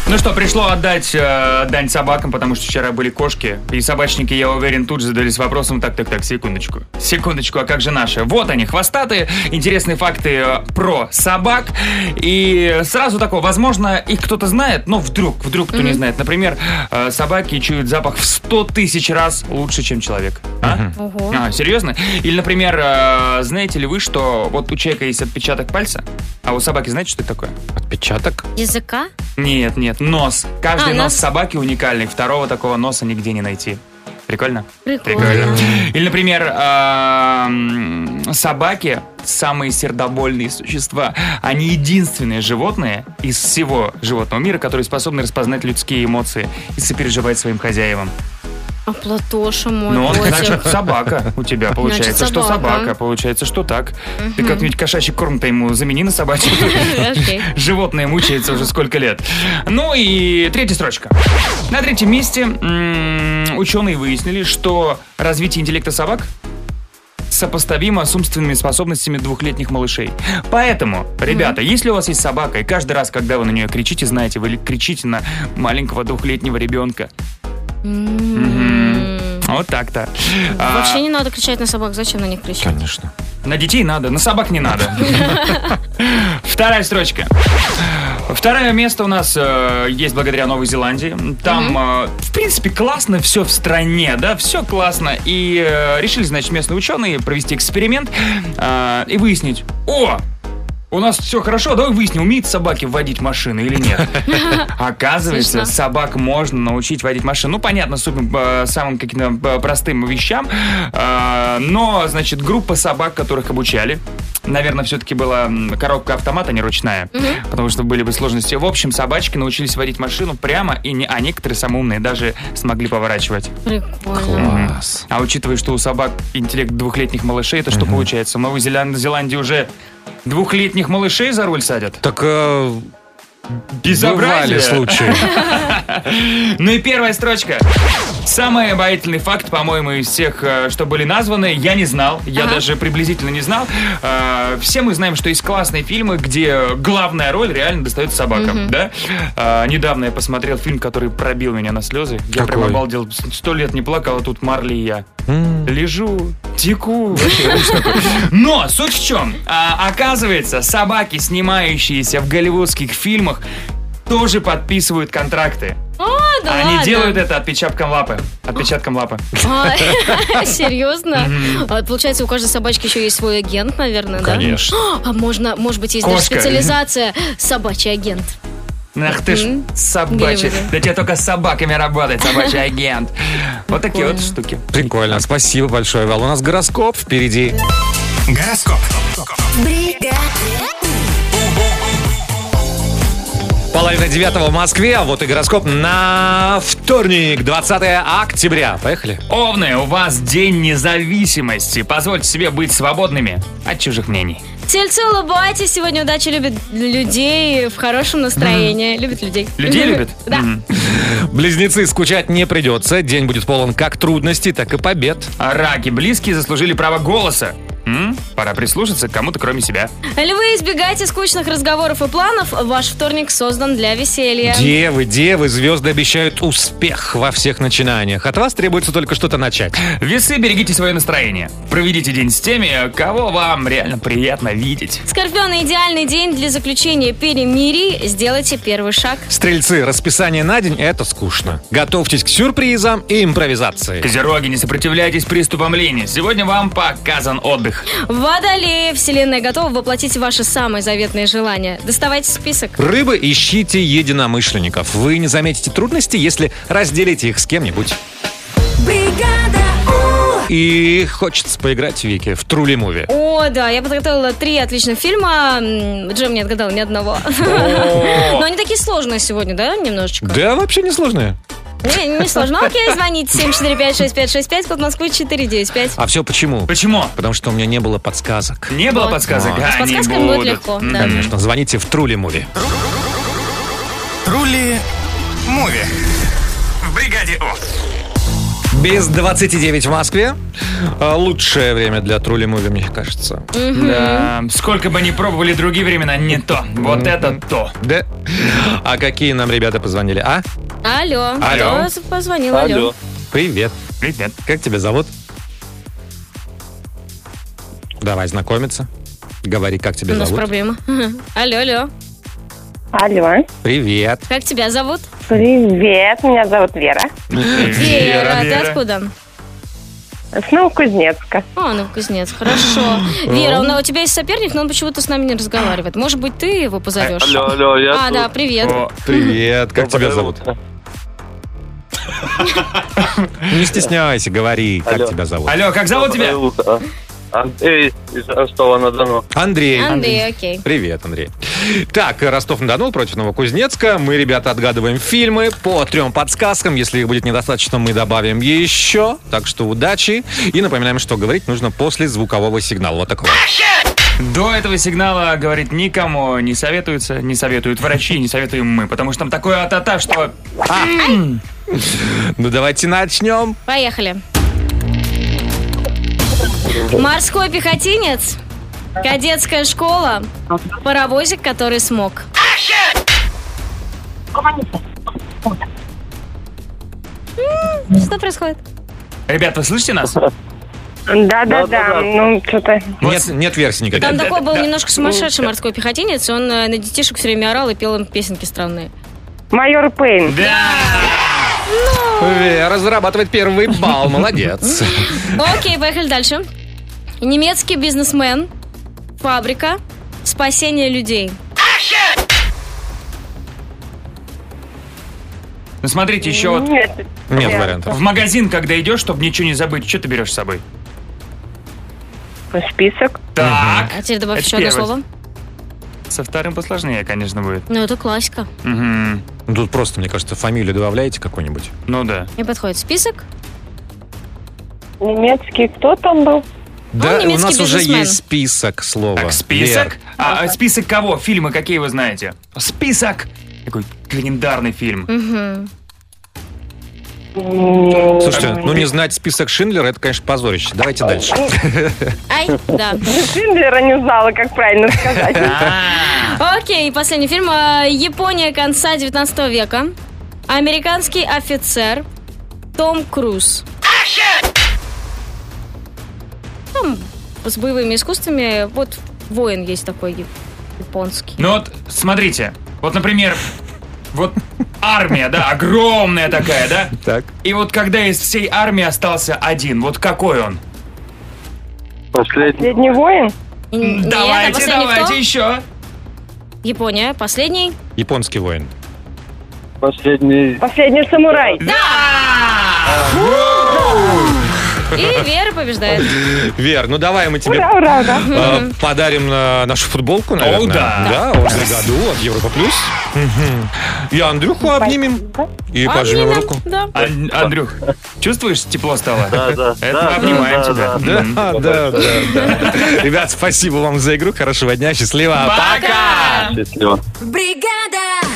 Speaker 2: Ну что, пришло отдать э, дань собакам, потому что вчера были кошки. И собачники, я уверен, тут же задались вопросом. Так, так, так, секундочку. Секундочку, а как же наши? Вот они, хвостатые. Интересные факты э, про собак. И сразу такое, возможно, их кто-то знает, но вдруг, вдруг кто не знает. Например, э, собаки чуют запах в 100 тысяч раз лучше, чем человек. А?
Speaker 3: Ого.
Speaker 2: А, серьезно? Или, например, э, знаете ли вы, что вот у человека есть отпечаток пальца, а у собаки знаете, что это такое?
Speaker 1: Отпечаток?
Speaker 3: Языка?
Speaker 2: Нет, нет, нос.
Speaker 3: А,
Speaker 2: Каждый нос,
Speaker 3: нос.
Speaker 2: собаки уникальный, второго такого носа нигде не найти. Прикольно?
Speaker 3: Прикольно.
Speaker 2: Или, например, эм, собаки самые сердобольные существа. Они единственные животные из всего животного мира, которые способны распознать людские эмоции и сопереживать своим хозяевам.
Speaker 3: А Платоша мой.
Speaker 2: Ну,
Speaker 3: Котик.
Speaker 2: значит, собака у тебя получается,
Speaker 3: Значит,
Speaker 2: что
Speaker 3: собака.
Speaker 2: собака, получается, что так. Ты
Speaker 3: Мгм.
Speaker 2: как-нибудь кошачий корм-то ему замени на собачий.
Speaker 3: Окей.
Speaker 2: Животное мучается уже сколько лет. Ну и третья строчка. На третьем месте м, ученые выяснили, что развитие интеллекта собак сопоставимо с умственными способностями двухлетних малышей. Поэтому, ребята, если у вас есть собака, и каждый раз, когда вы на нее кричите, знаете, вы ли- кричите на маленького двухлетнего ребенка. Мгм. Вот так-то. А,
Speaker 3: Вообще не надо кричать на собак, зачем на них кричать?
Speaker 1: Конечно.
Speaker 2: на детей надо, на собак не надо. Вторая строчка. Второе место у нас э, есть благодаря Новой Зеландии. Там, э, в принципе, классно все в стране, да, все классно. И э, решили, значит, местные ученые провести эксперимент э, и выяснить, о, у нас все хорошо, давай выясним, умеют собаки водить машины или нет. Оказывается,
Speaker 13: Смешно.
Speaker 2: собак можно научить водить машину. Ну, понятно, супер, э, самым каким-то э, простым вещам. Э, Но, значит, группа собак, которых обучали, наверное, все-таки была м, коробка автомата, а не ручная, потому что были бы сложности. В общем, собачки научились водить машину прямо, и не, а некоторые самые умные даже смогли поворачивать.
Speaker 3: Прикольно.
Speaker 2: Мгм. А учитывая, что у собак интеллект двухлетних малышей, это что получается? В Новой Зеланд- Зеландии уже двухлетних малышей за руль садят?
Speaker 1: Так э, бывали
Speaker 2: Безобразие.
Speaker 1: случаи.
Speaker 2: Ну и первая строчка. Самый обаятельный факт, по-моему, из всех, э, что были названы, я не знал. Я даже приблизительно не знал. Э, Все мы знаем, что есть классные фильмы, где главная роль реально достается собакам,
Speaker 13: Мгм.
Speaker 2: да? Э, Недавно я посмотрел фильм, который пробил меня на слезы. Я прям
Speaker 1: Какой?
Speaker 2: обалдел. Сто лет не плакал, а тут Марли и я. Лежу, теку. Вообще ужас какой. Но суть в чем? А, оказывается, собаки, снимающиеся в голливудских фильмах, тоже подписывают контракты.
Speaker 3: А, да
Speaker 2: Они
Speaker 3: ладно.
Speaker 2: делают это отпечатком лапы. Отпечатком лапы.
Speaker 3: А, Серьезно? А, Получается, у каждой собачки еще есть свой агент, наверное, да?
Speaker 2: Конечно.
Speaker 3: А можно, может быть, есть даже
Speaker 2: Кошка.
Speaker 3: специализация собачий агент.
Speaker 2: Ах ты ж
Speaker 3: М,
Speaker 2: собачий.
Speaker 3: голливуды.
Speaker 2: Да тебе только с собаками работать, собачий агент. Вот такие вот штуки.
Speaker 1: Прикольно. А, Спасибо большое, Вал. У нас гороскоп впереди.
Speaker 4: Гороскоп.
Speaker 1: Половина девятого в Москве, а вот и гороскоп на вторник, 20 октября. Поехали.
Speaker 2: Овны, у вас день независимости. Позвольте себе быть свободными от чужих мнений.
Speaker 3: Тельцы, улыбайтесь. Сегодня удача любит людей в хорошем настроении. Любит людей.
Speaker 1: Людей любит?
Speaker 3: Да.
Speaker 1: Близнецы, скучать не придется. День будет полон как трудностей, так и побед.
Speaker 2: А Раки, близкие заслужили право голоса. М? Пора прислушаться к кому-то, кроме себя.
Speaker 3: Львы, избегайте скучных разговоров и планов. Ваш вторник создан для веселья.
Speaker 1: Девы, девы, звезды обещают успех во всех начинаниях. От вас требуется только что-то начать.
Speaker 2: Весы, берегите свое настроение. Проведите день с теми, кого вам реально приятно видеть.
Speaker 3: Скорпионы, идеальный день для заключения перемирий. Сделайте первый шаг.
Speaker 1: Стрельцы, расписание на день – это скучно. Готовьтесь к сюрпризам и импровизации.
Speaker 2: Козероги, не сопротивляйтесь приступам лени. Сегодня вам показан отдых.
Speaker 3: Водолеи, вселенная готова воплотить ваши самые заветные желания. Доставайте список.
Speaker 1: Рыбы, ищите единомышленников. Вы не заметите трудности, если разделите их с кем-нибудь. И хочется поиграть в Вики в Трули Муви.
Speaker 3: О, да, я подготовила три отличных фильма. М, Джем не отгадал ни одного. Но они такие сложные сегодня, да, немножечко?
Speaker 1: Да, вообще не сложное.
Speaker 3: Не, не сложно. Окей, звоните 745-6565, код Москвы 495.
Speaker 1: А все почему?
Speaker 2: Почему?
Speaker 1: Потому что у меня не было подсказок.
Speaker 2: Не было
Speaker 3: Вот.
Speaker 2: подсказок?
Speaker 1: Вот.
Speaker 2: А,
Speaker 3: С
Speaker 2: они
Speaker 3: подсказками будет
Speaker 2: будут.
Speaker 3: легко,
Speaker 2: М.
Speaker 3: да.
Speaker 1: Конечно, звоните в Трули Муви.
Speaker 4: Трули Муви. В бригаде У.
Speaker 1: Без 29 в Москве. А, Лучшее время для Трули Муви, мне кажется.
Speaker 2: Да, сколько бы ни пробовали другие времена, не то. Вот это то.
Speaker 1: Да. А какие нам ребята позвонили, а?
Speaker 3: Алло.
Speaker 1: Алло.
Speaker 3: Кто позвонил? Алло.
Speaker 1: Привет.
Speaker 2: Привет.
Speaker 1: Как тебя зовут? Давай знакомиться. Говори, как
Speaker 3: У
Speaker 1: тебя
Speaker 3: нас
Speaker 1: зовут.
Speaker 3: проблема. Алло, алло.
Speaker 6: Алло.
Speaker 1: Привет.
Speaker 3: Как тебя зовут?
Speaker 6: Привет, меня зовут Вера.
Speaker 3: Вера. Ты откуда?
Speaker 6: С Новокузнецка.
Speaker 3: А, ну, кузнец, хорошо. Вера, ну, а у на- у тебя есть соперник, но он почему-то с нами не разговаривает. Может быть, ты его позовешь?
Speaker 14: Алло, алло, я
Speaker 3: А,
Speaker 14: тут.
Speaker 3: да, привет.
Speaker 1: Привет, как тебя зовут? Не стесняйся, говори, как тебя зовут.
Speaker 2: Алло, как зовут тебя?
Speaker 13: Андрей из Ростова-на-Дону.
Speaker 1: Андрей.
Speaker 3: Андрей, окей.
Speaker 1: Привет, Андрей. Так, Ростов-на-Дону против Новокузнецка. Мы, ребята, отгадываем фильмы по трем подсказкам. Если их будет недостаточно, мы добавим еще. Так что удачи. И напоминаем, что говорить нужно после звукового сигнала. Вот такого.
Speaker 2: До этого сигнала, говорит, никому не советуется, не советуют врачи, не советуем мы, потому что там такое атата, что... М.
Speaker 1: Ну, давайте начнем.
Speaker 3: Поехали. Морской пехотинец, кадетская школа, паровозик, который смог. М, Что происходит?
Speaker 2: Ребят, вы слышите нас?
Speaker 6: Да, да, да. Ну, что-то...
Speaker 1: Нет, нет версии никакой.
Speaker 3: Там такой был немножко сумасшедший морской пехотинец, и он э, на детишек все время орал и пел им песенки странные.
Speaker 6: Майор Пейн.
Speaker 1: Вера зарабатывает Э, первый балл, молодец.
Speaker 3: Окей, поехали дальше. Немецкий бизнесмен, фабрика, спасение людей.
Speaker 2: Ну, смотрите, еще вот...
Speaker 6: Нет,
Speaker 1: Нет вариантов.
Speaker 2: В магазин, когда идешь, чтобы ничего не забыть, что ты берешь с собой?
Speaker 6: Список.
Speaker 2: Так.
Speaker 3: А теперь добавь
Speaker 2: Это
Speaker 3: еще одно
Speaker 2: первое.
Speaker 3: слово.
Speaker 2: Со вторым посложнее, конечно, будет.
Speaker 3: Ну, это классика.
Speaker 1: Ну, Тут просто, мне кажется, фамилию добавляете какую-нибудь.
Speaker 2: Ну да.
Speaker 3: Мне подходит список.
Speaker 6: Немецкий кто там был?
Speaker 1: Да, у
Speaker 3: немецкий
Speaker 1: нас уже
Speaker 3: бизнесмен.
Speaker 1: есть список слова.
Speaker 2: Так, список? А, а список кого? Фильмы какие вы знаете? Список! Такой легендарный фильм.
Speaker 3: Мгм.
Speaker 1: Слушайте, ну не знать список Шиндлера, это, конечно, позорище. Давайте дальше.
Speaker 3: Ай, да.
Speaker 6: Шиндлера не знала, как правильно сказать.
Speaker 3: Окей, последний фильм. А, Япония конца 19 века. Американский офицер Том Круз. Там с боевыми искусствами. Вот воин есть такой я- японский.
Speaker 2: Ну вот, смотрите. Вот, например, вот армия, да, огромная такая, да?
Speaker 1: Так.
Speaker 2: И вот когда из всей армии остался один, вот какой он?
Speaker 13: Последний.
Speaker 6: Последний воин?
Speaker 3: Н- нет, а
Speaker 2: давайте,
Speaker 3: последний
Speaker 2: давайте
Speaker 3: кто?
Speaker 2: еще.
Speaker 3: Япония, последний.
Speaker 1: Японский воин.
Speaker 13: Последний.
Speaker 6: Последний самурай.
Speaker 3: И Вера побеждает.
Speaker 1: Вер, ну давай мы тебе
Speaker 6: Ура, ура, ура.
Speaker 1: э, подарим э, нашу футболку, наверное.
Speaker 2: да.
Speaker 1: Да, вот на году от Европа Плюс. Мгм. И Андрюху обнимем. И пожмем
Speaker 3: Амина,
Speaker 1: руку.
Speaker 3: Да.
Speaker 2: Ан- Андрюх, чувствуешь, тепло стало?
Speaker 13: Да, да.
Speaker 2: Это
Speaker 13: да,
Speaker 2: мы
Speaker 13: да,
Speaker 2: обнимаем
Speaker 13: да,
Speaker 2: тебя.
Speaker 13: да.
Speaker 1: Да, да, да, да. Ребят, спасибо вам за игру. Хорошего дня, счастливо.
Speaker 2: Пока!
Speaker 13: Счастливо.
Speaker 5: Бригада!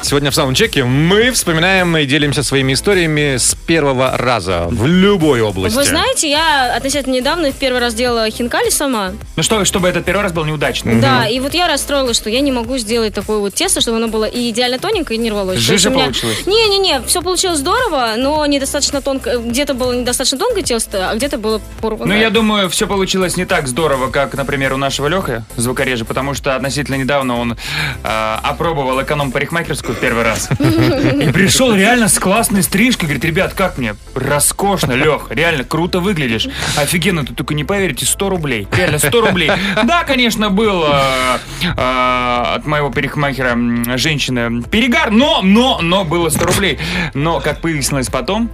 Speaker 1: Сегодня в саундчеке мы вспоминаем и делимся своими историями с первого раза в любой области.
Speaker 3: Вы знаете, я относительно недавно в первый раз делала хинкали сама.
Speaker 2: Ну что, чтобы этот первый раз был неудачным.
Speaker 3: Да, и вот я расстроилась, что я не могу сделать такое вот тесто, чтобы оно было и идеально тоненькое, и не рвалось. То есть
Speaker 2: Жижа
Speaker 3: у меня-
Speaker 2: получилась.
Speaker 3: Не-не-не, все получилось здорово, но недостаточно тонко. Где-то было недостаточно тонкое тесто, а где-то было порвано.
Speaker 2: Ну, я думаю, все получилось не так здорово, как, например, у нашего Лехи, звукорежа, потому что относительно недавно он э, опробовал эконом-парикмахерскую в первый раз. И пришел реально с классной стрижкой, говорит, ребят, как мне? Роскошно, Лех, реально круто выглядишь. Офигенно, ты только не поверите, 100 рублей. Реально, 100 рублей. Да, конечно, был э, э, от моего парикмахера м, женщина перегар, но, но, но было 100 рублей. Но, как выяснилось потом,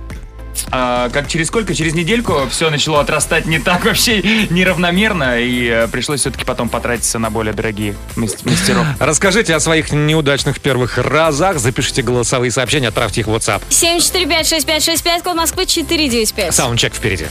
Speaker 2: а, как через сколько? Через недельку все начало отрастать не так вообще неравномерно, и э, пришлось все-таки потом потратиться на более дорогие мас- мастеров.
Speaker 1: Расскажите о своих неудачных первых разах, запишите голосовые сообщения, отправьте их в WhatsApp.
Speaker 3: 7456565, код Москвы 495.
Speaker 1: Саундчек впереди.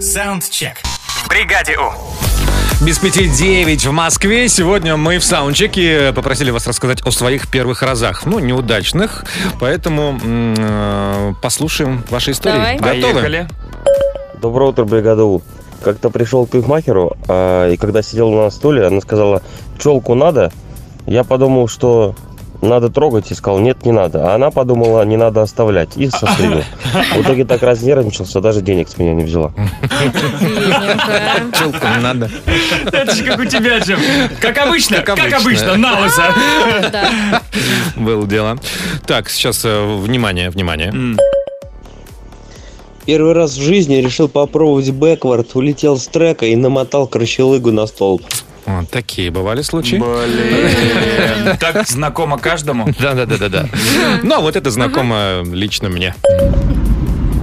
Speaker 4: Саундчек. В бригаде У.
Speaker 1: Без пяти девять в Москве. Сегодня мы в саундчеке попросили вас рассказать о своих первых разах. Ну, неудачных, поэтому м, э, послушаем ваши истории.
Speaker 3: Давай.
Speaker 1: Готовы?
Speaker 2: Поехали.
Speaker 14: Доброе утро, бригада У. Как-то пришел к парикмахеру, а, и когда сидел на стуле, она сказала, пчелку надо. Я подумал, что надо трогать, и сказал, нет, не надо. А она подумала, не надо оставлять, и состригла. В итоге так разнервничался, даже денег с меня не взяла.
Speaker 1: Пчелку надо.
Speaker 2: Это же как у тебя, Джим. Как обычно, как
Speaker 1: обычно.
Speaker 2: обычно, на лысо.
Speaker 1: Было дело. Так, сейчас, э, внимание, внимание.
Speaker 15: Первый раз в жизни решил попробовать бэквард, улетел с трека и намотал крощелыгу на столб.
Speaker 1: Вот такие бывали случаи.
Speaker 2: Блин. Так знакомо каждому.
Speaker 1: Ну, а Да-да-да-да-да. Но вот это знакомо лично мне.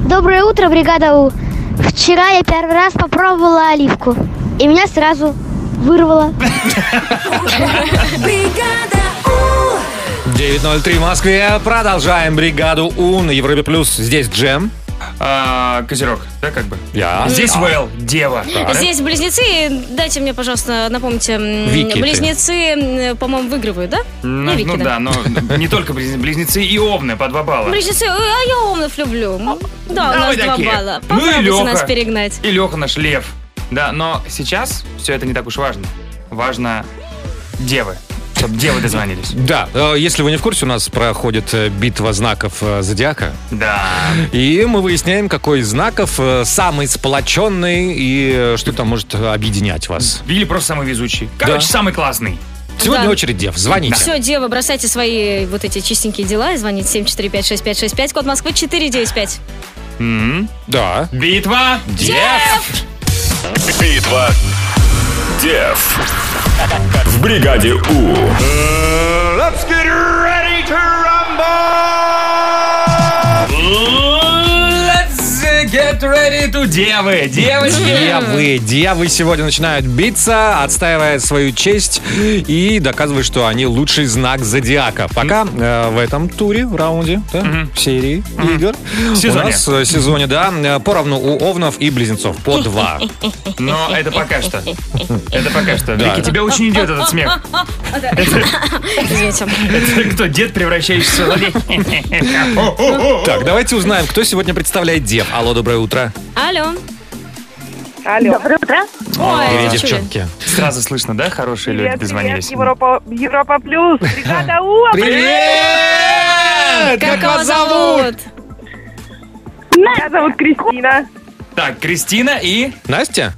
Speaker 16: Доброе утро, бригада У. Вчера я первый раз попробовала оливку. И меня сразу вырвало.
Speaker 1: 9.03 в Москве. Продолжаем бригаду У на Европе Плюс. Здесь Джем.
Speaker 2: А, козерог, да, как бы?
Speaker 1: Я.
Speaker 2: Здесь Вэл, дева.
Speaker 3: Здесь близнецы. И Дайте мне, пожалуйста, напомните. м,
Speaker 2: Вики ты.
Speaker 3: близнецы, м, по-моему, выигрывают, да?
Speaker 2: Ну,
Speaker 3: Вики,
Speaker 2: ну да, но не только близнецы, близнецы и овны по два балла.
Speaker 3: Близнецы, э, а я умных люблю. М, Да, у
Speaker 2: А
Speaker 3: нас
Speaker 2: вы
Speaker 3: два
Speaker 2: такие.
Speaker 3: балла.
Speaker 2: Ну и
Speaker 3: Попробуйте
Speaker 2: Лёха.
Speaker 3: нас перегнать.
Speaker 2: И Леха наш лев. Да, но сейчас все это не так уж важно. Важно девы. Чтоб девы дозвонились.
Speaker 1: Да, э, если вы не в курсе, у нас проходит э, битва знаков э, зодиака.
Speaker 2: Да.
Speaker 1: И мы выясняем, какой из знаков э, самый сплоченный и э, что там может объединять вас.
Speaker 2: Или просто самый везучий. Короче, самый классный.
Speaker 1: Сегодня
Speaker 3: Да.
Speaker 1: очередь дев. Звоните.
Speaker 3: Все, девы, бросайте свои вот эти чистенькие дела и звоните 7456565, код Москвы 495.
Speaker 1: Да.
Speaker 2: Битва
Speaker 11: Дев! Битва Дев! В бригаде У.
Speaker 4: Let's get ready to rumble!
Speaker 2: Let's get ready to девы. Девочки.
Speaker 1: Девы, девы сегодня начинают биться, отстаивая свою честь и доказывая, что они лучший знак зодиака. Пока э, в этом туре, в раунде, да, в серии игр,
Speaker 2: Сезоне.
Speaker 1: у нас э, сезоне, да, э, поровну у овнов и близнецов, по два.
Speaker 2: Но это пока что. Это пока что.
Speaker 1: Да.
Speaker 2: Вики, тебе очень идет этот смех.
Speaker 3: Извините.
Speaker 2: Ты кто, дед, превращаешься в лень?
Speaker 1: Так, давайте узнаем, кто сегодня представляет дев. Алло, доброе утро.
Speaker 3: Алло.
Speaker 6: Алло. Доброе утро.
Speaker 1: Привет, девчонки.
Speaker 2: Сразу слышно, да, хорошие люди
Speaker 6: Привет, привет,
Speaker 2: дозвонились?
Speaker 6: Европа, Европа Плюс, бригада У.
Speaker 1: Привет!
Speaker 2: А Как вас зовут?
Speaker 6: Меня зовут Кристина.
Speaker 2: Так, Кристина и...
Speaker 1: Настя?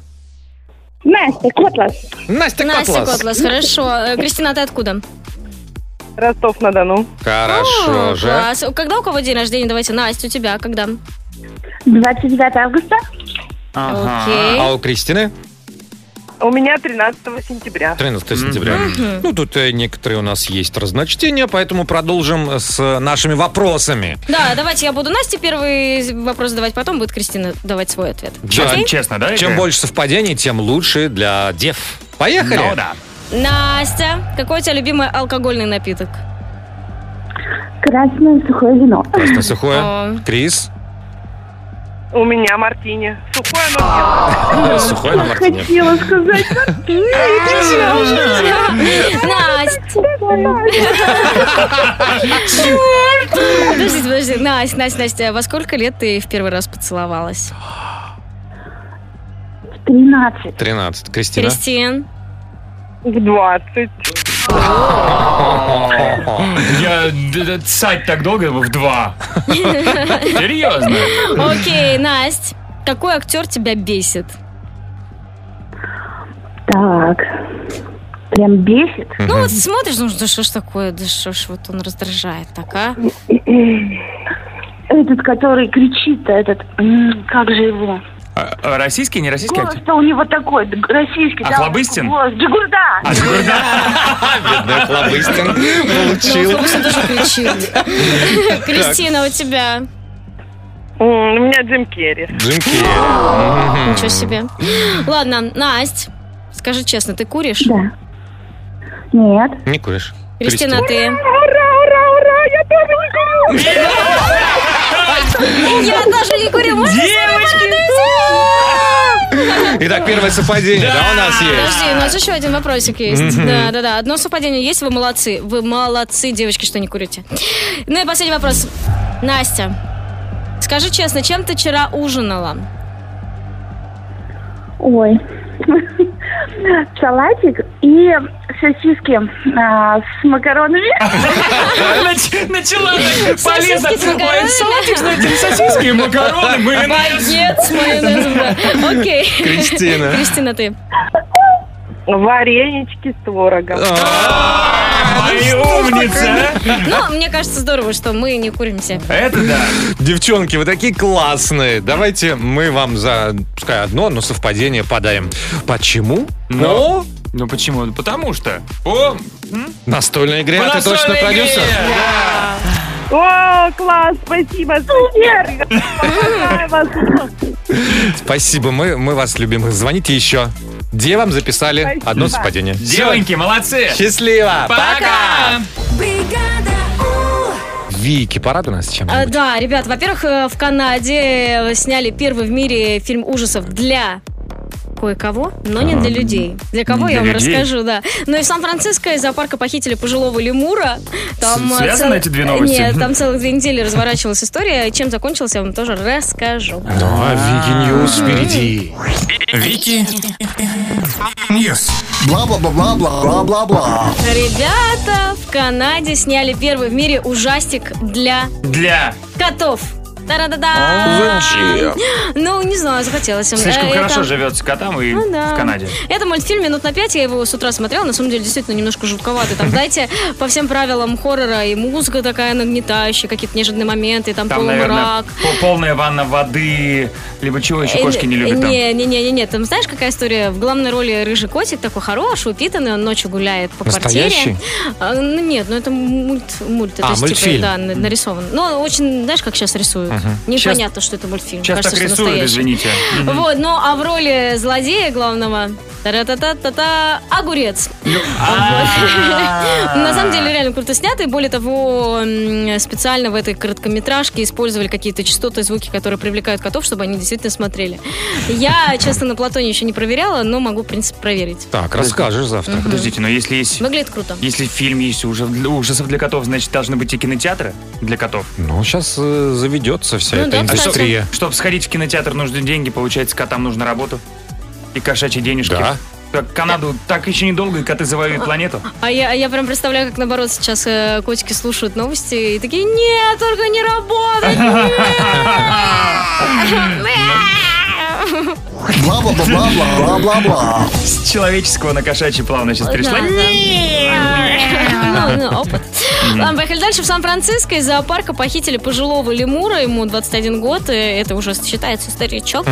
Speaker 6: Настя Котлас.
Speaker 1: Настя
Speaker 3: Настя Котлас, хорошо. Э, Кристина, ты откуда?
Speaker 6: Ростов-на-Дону.
Speaker 1: Хорошо
Speaker 3: О,
Speaker 1: же.
Speaker 3: класс. Когда у кого день рождения? Давайте, Настя, у тебя когда?
Speaker 6: 29 августа.
Speaker 1: Ага.
Speaker 6: Окей.
Speaker 1: А у Кристины?
Speaker 6: У меня 13 сентября.
Speaker 1: 13 сентября.
Speaker 6: Мгм.
Speaker 1: Ну, тут э, некоторые у нас есть разночтения, поэтому продолжим с э, нашими вопросами.
Speaker 3: Да, давайте я буду Насте первый вопрос задавать, потом будет Кристина давать свой ответ. Окей?
Speaker 2: да?
Speaker 1: Чем больше совпадений, тем лучше для дев. Поехали!
Speaker 2: Ну да.
Speaker 3: Настя, какой у тебя любимый алкогольный напиток?
Speaker 6: Красное сухое вино.
Speaker 1: Красное сухое.
Speaker 3: О.
Speaker 1: Крис?
Speaker 6: У меня мартини. Сухое,
Speaker 1: Э,
Speaker 6: но
Speaker 1: сухое на мартине.
Speaker 6: Хотела сказать мартини.
Speaker 3: Настя! Подожди, подожди. Настя, Настя, Настя, а во сколько лет ты в первый раз поцеловалась?
Speaker 6: 13.
Speaker 1: 13. Кристина?
Speaker 3: Кристин?
Speaker 6: В 20.
Speaker 2: Я д- д- сать так долго в два. Серьезно.
Speaker 3: Окей, Настя. Какой актер тебя бесит?
Speaker 6: Так. Прям бесит.
Speaker 3: Ну вот смотришь, ну да что ж такое, да что ж вот он раздражает так, а?
Speaker 6: Этот, который кричит, а этот, м, как же его?
Speaker 2: А, а, Российский, не российский? актер?
Speaker 6: Голос-то у него такой, д- российский.
Speaker 2: А,
Speaker 6: да,
Speaker 2: Хлобыстин?
Speaker 6: Голос, Джигурда.
Speaker 2: А, Джигурда?
Speaker 1: Бедная Хлобыстин
Speaker 3: Ну,
Speaker 1: получил.
Speaker 3: Хлобыстин тоже кричит. Кристина, у тебя?
Speaker 6: У меня Джим Керри.
Speaker 1: Джим Керри. Мгм.
Speaker 3: Ничего себе. Ладно, Настя, скажи честно, ты куришь?
Speaker 6: Да. Нет.
Speaker 1: Не куришь.
Speaker 3: Кристина, ты?
Speaker 6: Ура, ура, ура, я тоже не курю.
Speaker 3: Я даже не курю. Можно с вами порадуемся?
Speaker 1: Итак, первое совпадение, да, у нас есть?
Speaker 3: Подожди, у нас еще один вопросик есть.
Speaker 1: Мгм.
Speaker 3: Да, да, да. Одно совпадение есть, вы молодцы. Вы молодцы, девочки, что не курите. Ну и последний вопрос. Настя, скажи честно, чем ты вчера ужинала?
Speaker 6: Ой. Салатик и сосиски а, с макаронами.
Speaker 2: Нач- Начала так полезно.
Speaker 6: Сосиски с макаронами.
Speaker 2: Ой, салатик, знаете, сосиски, и макароны, майонез.
Speaker 3: Багет с майонезом, да. Окей.
Speaker 2: Кристина.
Speaker 3: Кристина, ты.
Speaker 6: Варенички с творогом.
Speaker 2: Мои умница. а?
Speaker 3: Ну, мне кажется, здорово, что мы не куримся.
Speaker 2: Это да.
Speaker 1: Девчонки, вы такие классные. Давайте мы вам за, пускай одно, но совпадение подаем. Почему?
Speaker 2: Ну? Ну почему? Потому что. О,
Speaker 1: настольная игре, а
Speaker 2: по
Speaker 1: ты точно
Speaker 2: настольной игре.
Speaker 1: продюсер?
Speaker 2: Да.
Speaker 17: О, класс, спасибо. Супер. Обожаю вас.
Speaker 1: Спасибо, мы, мы вас любим. Звоните еще. Где вам записали
Speaker 2: Спасибо.
Speaker 1: одно совпадение?
Speaker 2: Девоньки, молодцы.
Speaker 1: Счастливо.
Speaker 2: Пока.
Speaker 1: Вики, порадуй нас чем
Speaker 3: А, Да, ребят, во-первых, э, в Канаде э, сняли первый в мире фильм ужасов для кое-кого, но не
Speaker 18: А,
Speaker 3: для людей. Для кого
Speaker 18: не
Speaker 3: я
Speaker 18: для
Speaker 3: вам
Speaker 18: людей?
Speaker 3: расскажу, да. Ну и в Сан-Франциско из зоопарка похитили пожилого лемура. Там,
Speaker 18: С-
Speaker 3: э,
Speaker 18: связаны
Speaker 3: цел-
Speaker 18: эти две новости?
Speaker 3: Нет, там целых две недели разворачивалась история. И чем закончилась, я вам тоже расскажу.
Speaker 1: Да, А, Вики Ньюс впереди.
Speaker 4: Вики Ньюс. Бла-бла-бла-бла-бла-бла-бла.
Speaker 3: Ребята в Канаде сняли первый в мире ужастик для
Speaker 2: Для.
Speaker 3: котов. Та-да-да-да!
Speaker 2: Зачем?
Speaker 3: Ну, не знаю, захотелось. им.
Speaker 2: Слишком
Speaker 3: Э,
Speaker 2: хорошо
Speaker 3: это-
Speaker 2: живется котам и
Speaker 3: Ну
Speaker 2: в
Speaker 3: да.
Speaker 2: Канаде.
Speaker 3: Это мультфильм минут на пять, я его с утра смотрела, на самом деле действительно немножко жутковатый. Там, дайте по всем правилам хоррора и музыка такая нагнетающая, какие-то нежные моменты, там,
Speaker 2: Там, наверное,
Speaker 3: полумрак.
Speaker 2: по- полная ванна воды, либо чего
Speaker 3: Э,
Speaker 2: еще кошки не любят там.
Speaker 3: Не, не, не, не, не. Там знаешь, какая история? В главной роли рыжий котик такой хороший, упитанный, он ночью гуляет по
Speaker 1: Настоящий?
Speaker 3: квартире. А, ну нет, ну это мульт, мульт, это
Speaker 1: А,
Speaker 3: ж,
Speaker 1: мультфильм.
Speaker 3: типа, да, на- нарисован. Но очень, знаешь, как сейчас рисуют?
Speaker 1: Мгм.
Speaker 3: Непонятно, что это мультфильм.
Speaker 2: Сейчас
Speaker 3: Кажется,
Speaker 2: так
Speaker 3: что
Speaker 2: рисуют,
Speaker 3: настоящий.
Speaker 2: извините. Мгм.
Speaker 3: Вот, ну а в роли злодея главного та-та-та-та-та огурец.
Speaker 2: А.
Speaker 3: На самом деле реально круто снято, и более того, м, специально в этой короткометражке использовали какие-то частоты, звуки, которые привлекают котов, чтобы они действительно смотрели. Я, честно, на Платоне еще не проверяла, но могу, в принципе, проверить.
Speaker 1: Так, расскажешь завтра.
Speaker 3: Мгм.
Speaker 2: Подождите, но если есть...
Speaker 3: Выглядит круто.
Speaker 2: Если фильм есть уже для ужасов для котов, значит, должны быть и кинотеатры для котов.
Speaker 1: Ну, сейчас заведется вся
Speaker 2: А
Speaker 1: эта индустрия.
Speaker 2: Чтобы, сходить в кинотеатр, нужны деньги, получается, котам нужно работу. И кошачьи денежки.
Speaker 1: Да.
Speaker 2: Так, Канаду так еще недолго, и коты завоюют планету.
Speaker 3: А я, а я прям представляю, как наоборот сейчас э, котики слушают новости и такие, нет, только не работает.
Speaker 4: Бла-бла-бла-бла-бла-бла-бла.
Speaker 2: С человеческого на кошачий плавно сейчас перешла.
Speaker 3: Да, да. Ну, ну, опыт. Ладно, поехали дальше. В Сан-Франциско из зоопарка похитили пожилого лемура. Ему 21 год. и Это уже считается старичок.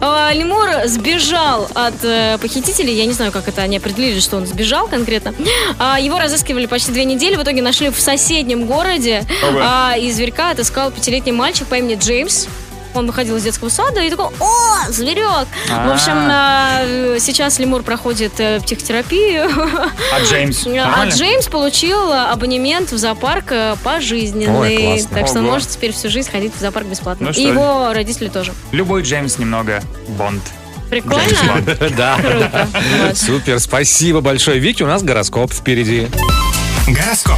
Speaker 3: А, Лемур сбежал от э, похитителей. Я не знаю, как это они определили, что он сбежал конкретно. А, Его разыскивали почти две недели. В итоге нашли в соседнем городе.
Speaker 18: Ага.
Speaker 3: А, И зверька отыскал пятилетний мальчик по имени Джеймс. Он выходил из детского сада и такой, о, зверек! В общем, а, сейчас лемур проходит э, психотерапию.
Speaker 2: А Джеймс?
Speaker 3: А
Speaker 2: Нормально?
Speaker 3: Джеймс получил э, абонемент в зоопарк э,
Speaker 2: Ой,
Speaker 3: пожизненный.
Speaker 2: классно.
Speaker 3: Так что он
Speaker 2: Ого.
Speaker 3: может теперь всю жизнь ходить в зоопарк бесплатно.
Speaker 2: Ну
Speaker 3: И
Speaker 2: что
Speaker 3: его родители тоже.
Speaker 2: Любой Джеймс немного Бонд.
Speaker 3: Прикольно?
Speaker 1: Да, да. Супер, спасибо большое, Вики. У нас гороскоп впереди.
Speaker 4: Гороскоп.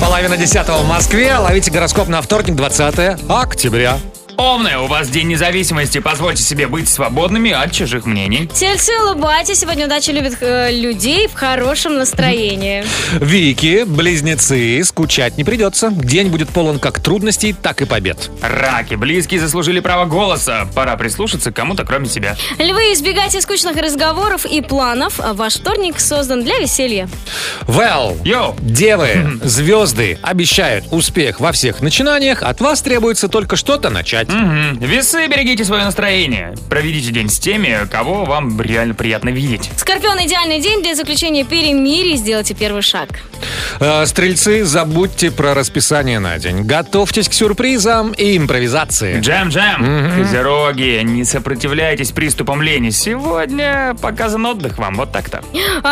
Speaker 1: Половина десятого в Москве. Ловите гороскоп на вторник, 20 октября.
Speaker 2: Овны, у вас День независимости. Позвольте себе быть свободными от чужих мнений.
Speaker 3: Тельцы, улыбайтесь. Сегодня удача любит э, людей в хорошем настроении.
Speaker 1: Вики, близнецы, скучать не придется. День будет полон как трудностей, так и побед.
Speaker 2: Раки, близкие заслужили право голоса. Пора прислушаться к кому-то, кроме себя.
Speaker 3: Львы, избегайте скучных разговоров и планов. Ваш вторник создан для веселья.
Speaker 1: Well, девы, звезды обещают успех во всех начинаниях. От вас требуется только что-то начать.
Speaker 2: Весы, берегите свое настроение. Проведите день с теми, кого вам реально приятно видеть.
Speaker 3: Скорпион, идеальный день для заключения перемирий. Сделайте первый шаг.
Speaker 1: Э, Стрельцы, забудьте про расписание на день. Готовьтесь к сюрпризам и импровизации.
Speaker 2: Джем-джем. Козероги, не сопротивляйтесь приступам лени. Сегодня показан отдых вам, вот так-то.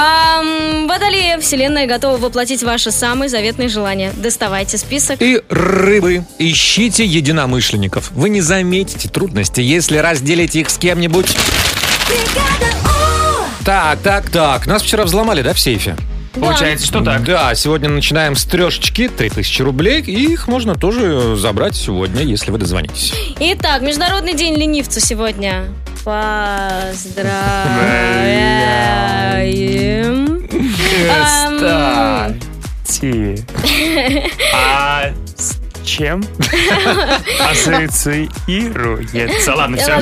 Speaker 3: Ам, Водолеи, Вселенная готова воплотить ваши самые заветные желания. Доставайте список.
Speaker 1: И рыбы, ищите единомышленников. Вы не заметите трудности, если разделите их с кем-нибудь. Так, так, так. Нас вчера взломали, да, в сейфе?
Speaker 2: Да. Получается, что так.
Speaker 1: Да, сегодня начинаем с трешечки, 3000 рублей, и их можно тоже забрать сегодня, если вы дозвонитесь.
Speaker 3: Итак, Международный день ленивца сегодня. Поздравляем. Ам,
Speaker 2: Кстати. А с чем ассоциируется. Ладно, все.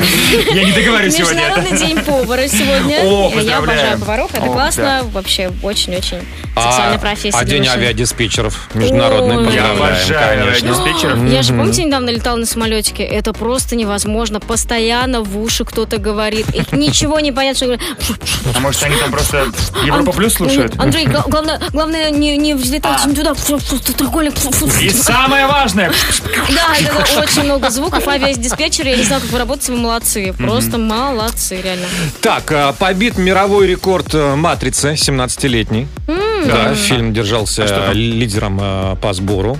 Speaker 2: Я не договорю сегодня.
Speaker 3: Международный день повара сегодня.
Speaker 2: О,
Speaker 3: Я
Speaker 2: поздравляем.
Speaker 3: обожаю поваров. Это
Speaker 1: О,
Speaker 3: классно.
Speaker 1: да.
Speaker 3: Вообще очень-очень сексуальная профессия.
Speaker 1: а день
Speaker 3: девушек.
Speaker 1: авиадиспетчеров международный
Speaker 3: Ой.
Speaker 1: поздравляем,
Speaker 2: Я обожаю
Speaker 1: конечно.
Speaker 2: авиадиспетчеров.
Speaker 3: Я же,
Speaker 1: Мгм.
Speaker 3: помните, недавно летала на самолетике. Это просто невозможно. Постоянно в уши кто-то говорит. И ничего не понятно, что говорят.
Speaker 2: А может, они там просто Европа Плюс слушают?
Speaker 3: Андрей, гла- главное, главное не, не
Speaker 1: А.
Speaker 3: взлетайте не туда. Фу, фу, фу, треугольник. Фу, фу, фу.
Speaker 2: И самое важное.
Speaker 3: Да, да, да, очень много звуков. Авиадиспетчеры, я не знаю, как вы работаете, вы молодцы. Просто молодцы, реально.
Speaker 1: Так, а, побит мировой рекорд э, «Матрицы» 17-летний.
Speaker 3: М.
Speaker 1: Да, фильм держался э, лидером э, по сбору.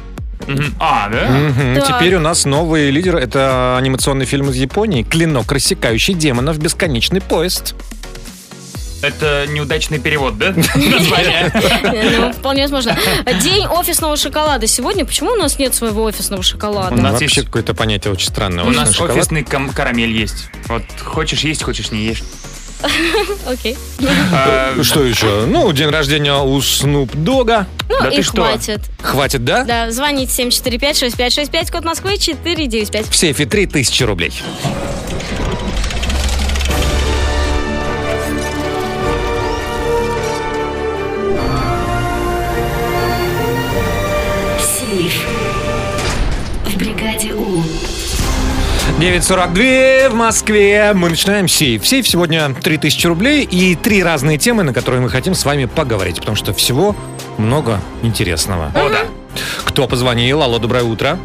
Speaker 2: А,
Speaker 1: Мгм.
Speaker 2: да?
Speaker 1: Ну, Теперь у нас новый лидер. Это анимационный фильм из Японии «Клинок, рассекающий демонов. Бесконечный поезд».
Speaker 2: Это неудачный перевод, да? Название.
Speaker 3: Ну, вполне возможно. День офисного шоколада сегодня. Почему у нас нет своего офисного шоколада?
Speaker 1: У нас вообще какое-то понятие очень странное.
Speaker 2: У нас
Speaker 1: Шоколад.
Speaker 2: офисный кам- карамель есть. Вот хочешь есть, хочешь не ешь.
Speaker 3: Окей.
Speaker 1: Э, Что еще? Ну, день рождения у Снуп Дога.
Speaker 3: Ну и хватит.
Speaker 1: Хватит, да?
Speaker 3: Да, звоните 745-6565, код Москвы 495.
Speaker 1: В сейфе 3000 рублей.
Speaker 18: Сейф. В бригаде У.
Speaker 1: 9.42 в Москве. Мы начинаем сейф. Сейф сегодня 3000 рублей и три разные темы, на которые мы хотим с вами поговорить, потому что всего много интересного. О, да. Кто позвонил? Алло, доброе утро.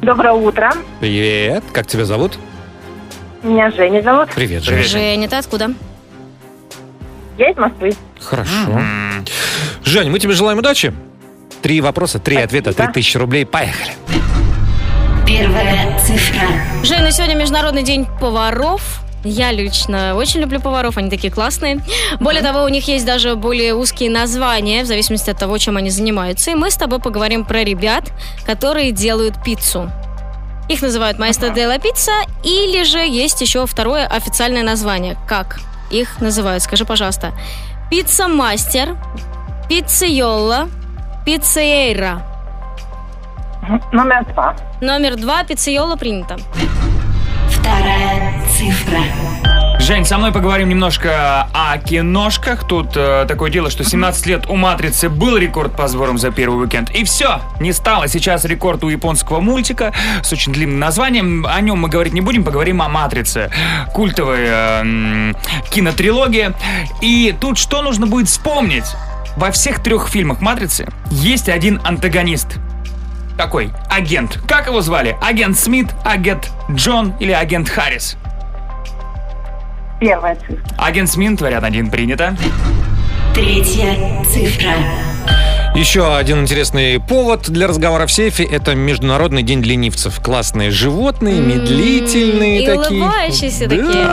Speaker 19: Доброе утро.
Speaker 1: Привет. Как тебя зовут?
Speaker 19: Меня Женя зовут.
Speaker 1: Привет, Женя. Привет.
Speaker 3: Женя, ты откуда?
Speaker 19: Я из Москвы.
Speaker 1: Хорошо. Жень, мы тебе желаем удачи. Три вопроса, три ответа, 3000 рублей. Поехали.
Speaker 18: Первая цифра.
Speaker 3: Жень, ну сегодня Международный день поваров. Я лично очень люблю поваров, они такие классные. Более того, у них есть даже более узкие названия, в зависимости от того, чем они занимаются. И мы с тобой поговорим про ребят, которые делают пиццу. Их называют маэстро Делла Пицца, или же есть еще второе официальное название. Как их называют? Скажи, пожалуйста. Пицца-мастер, пиццейолла, пиццейра.
Speaker 19: Номер два.
Speaker 3: Номер два, пиццейолла принято.
Speaker 18: Вторая цифра.
Speaker 2: Жень, со мной поговорим немножко о киношках. Тут э, такое дело, что 17 лет у «Матрицы» был рекорд по сборам за первый уикенд. И все, не стало. Сейчас рекорд у японского мультика с очень длинным названием. О нем мы говорить не будем, поговорим о «Матрице». Культовая э, м, кинотрилогия. И тут что нужно будет вспомнить? Во всех трех фильмах «Матрицы» есть один антагонист – такой агент. Как его звали? Агент Смит, агент Джон или агент Харрис?
Speaker 19: Первая цифра.
Speaker 2: Агент Смит, вариант один принято.
Speaker 18: Третья цифра.
Speaker 1: Еще один интересный повод для разговора в сейфе – это Международный день ленивцев. Классные животные, медлительные
Speaker 3: М-м-м. И
Speaker 1: такие.
Speaker 3: улыбающиеся такие.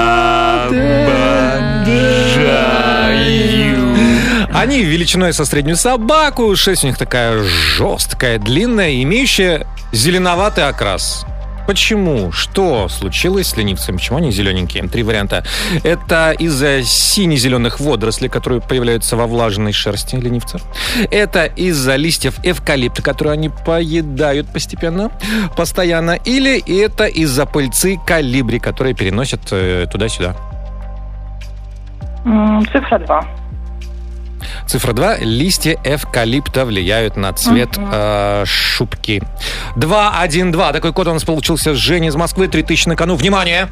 Speaker 1: Они величиной со среднюю собаку, шесть у них такая жесткая, длинная, имеющая зеленоватый окрас. Почему? Что случилось с ленивцами? Почему они зелененькие? Три варианта. Это из-за сине-зеленых водорослей, которые появляются во влажной шерсти ленивцев. Это из-за листьев эвкалипта, которые они поедают постепенно, постоянно. Или это из-за пыльцы калибри, которые переносят э, туда-сюда.
Speaker 19: М, Цифра два.
Speaker 1: Цифра 2. Листья эвкалипта влияют на цвет э, шубки. 2-1-2. Такой код у нас получился. Женя из Москвы. 3000 на кону. Внимание!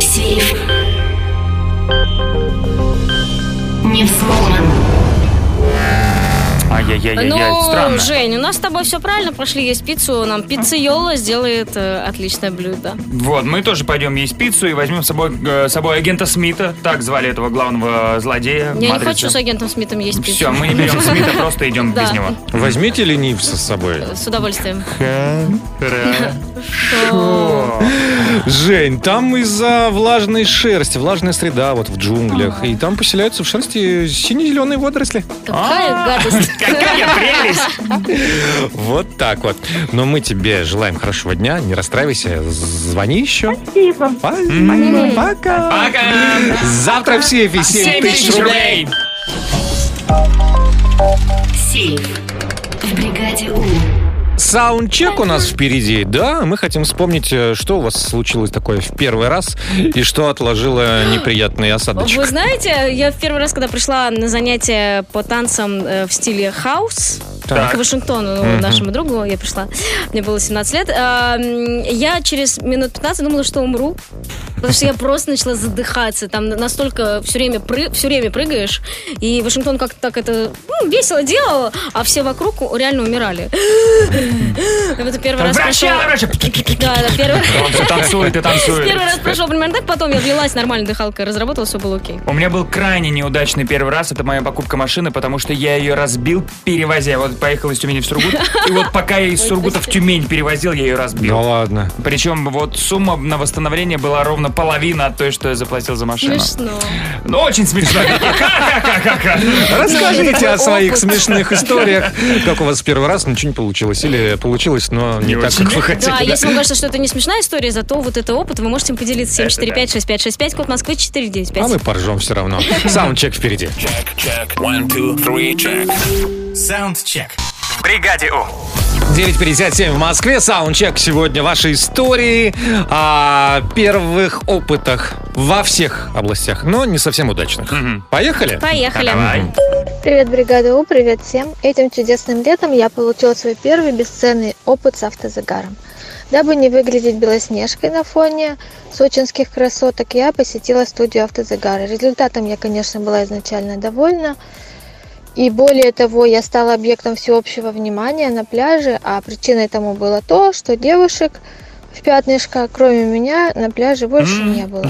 Speaker 18: Сейф. Не взломан.
Speaker 2: Ай-яй-яй-яй,
Speaker 3: Ну,
Speaker 2: странно.
Speaker 3: Жень, у нас с тобой все правильно прошли, есть пиццу, нам пиццейола сделает э, отличное блюдо.
Speaker 2: Вот, мы тоже пойдем есть пиццу и возьмем с собой, э, с собой агента Смита. Так звали этого главного злодея.
Speaker 3: Я не
Speaker 2: «Матрицы».
Speaker 3: хочу с агентом Смитом есть пиццу.
Speaker 2: Все, мы не берем Смита, просто идем
Speaker 3: Да.
Speaker 2: без него.
Speaker 1: Возьмите ленивца с собой.
Speaker 3: С удовольствием.
Speaker 1: Жень, там из-за влажной шерсти, влажная среда вот в джунглях. И там поселяются в шерсти сине-зеленые водоросли.
Speaker 3: Какая гадость.
Speaker 2: А, Какая прелесть.
Speaker 1: Вот так вот. Но мы тебе желаем хорошего дня. Не расстраивайся. Звони еще.
Speaker 20: Спасибо.
Speaker 1: Спасибо. Пока.
Speaker 2: Пока.
Speaker 1: Завтра в сейфе 7 тысяч рублей.
Speaker 21: Сейф. В бригаде У.
Speaker 1: Саундчек у нас впереди, да? Мы хотим вспомнить, э, что у вас случилось такое в первый раз и что отложило неприятный осадочек.
Speaker 3: Вы знаете, я в первый раз, когда пришла на занятия по танцам э, в стиле хаус,
Speaker 1: Так.
Speaker 3: к Вашингтону,
Speaker 1: Мгм.
Speaker 3: нашему другу, я пришла, мне было 17 лет, а, м, я через минут 15 думала, что умру, потому что я просто начала задыхаться, там настолько все время, пры- все время прыгаешь, и Вашингтон как-то так это ну, весело делал, а все вокруг реально умирали. Вот Это первый
Speaker 2: Там
Speaker 3: раз
Speaker 2: врача, врача.
Speaker 3: прошел- Да, да, первый
Speaker 2: Он всё танцует и танцует.
Speaker 3: Первый раз прошел примерно так, потом я влилась нормально, дыхалка разработала, все было окей.
Speaker 2: У меня был крайне неудачный первый раз. Это моя покупка машины, потому что я ее разбил, перевозя. Вот поехал из Тюмени в Сургут. И вот пока я из Сургута в Тюмень перевозил, я ее разбил.
Speaker 1: Да Ну ладно.
Speaker 2: Причем вот сумма на восстановление была ровно половина от той, что я заплатил за машину.
Speaker 3: Смешно.
Speaker 2: Ну, очень смешно. Ха-ха-ха-ха-ха.
Speaker 1: Расскажите о
Speaker 2: Опыт.
Speaker 1: своих смешных историях, как у вас в первый раз ничего не получилось. Или получилось, но не,
Speaker 2: Не
Speaker 1: так,
Speaker 2: очень.
Speaker 1: как вы хотели.
Speaker 3: Да, если вам кажется, что это не смешная история, зато вот это опыт, вы можете им поделиться. 745-6565, код Москвы
Speaker 1: А мы
Speaker 3: 495.
Speaker 1: поржем все равно. Саундчек впереди.
Speaker 22: Чек, one, two, three, чек. Саундчек. В бригаде У.
Speaker 1: 9.57 в Москве. Саундчек сегодня. Ваши истории о первых опытах во всех областях, но не совсем удачных. Поехали?
Speaker 23: Поехали.
Speaker 1: Давай.
Speaker 5: Привет, бригада У, привет всем. Этим чудесным летом я получила свой первый бесценный опыт с автозагаром. Дабы не выглядеть белоснежкой на фоне сочинских красоток, я посетила студию автозагара. Результатом я, конечно, была изначально довольна. И более того, я стала объектом всеобщего внимания на пляже, а причиной тому было то, что девушек в пятнышко, кроме меня, на пляже больше не было.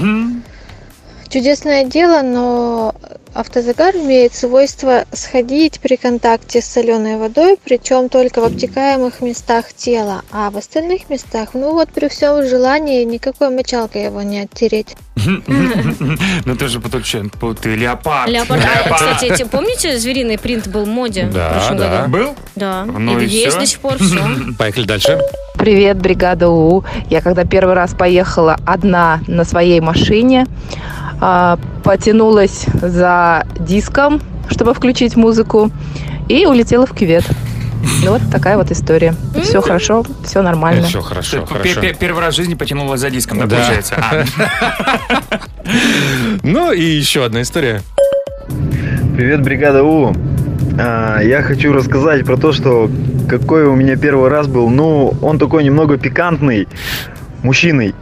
Speaker 5: Чудесное дело, но автозагар имеет свойство сходить при контакте с соленой водой, причем только в обтекаемых местах тела, а в остальных местах, ну вот при всем желании, никакой мочалкой его не оттереть.
Speaker 2: Ну ты же подключен. Ты леопард.
Speaker 3: Леопард. А, Кстати, эти- помните, звериный принт был в моде в
Speaker 1: Да,
Speaker 3: прошлом
Speaker 1: да.
Speaker 3: году?
Speaker 1: Был?
Speaker 3: Да.
Speaker 1: Ну
Speaker 3: и,
Speaker 1: и
Speaker 3: есть
Speaker 1: всё.
Speaker 3: до сих пор все.
Speaker 1: Поехали дальше.
Speaker 24: Привет, бригада УУ. Я когда первый раз поехала одна на своей машине, а, потянулась за диском, чтобы включить музыку, и улетела в кювет. Ну, вот такая вот история. Все хорошо, все нормально.
Speaker 1: Все хорошо,
Speaker 2: Пе- пе-
Speaker 1: хорошо.
Speaker 2: Первый раз в жизни потянула за диском, да,
Speaker 1: Да.
Speaker 2: получается. А.
Speaker 1: Ну и еще одна история.
Speaker 8: Привет, бригада У. А, Я хочу рассказать про то, что какой у меня первый раз был. Ну, он такой немного пикантный, мужчиной.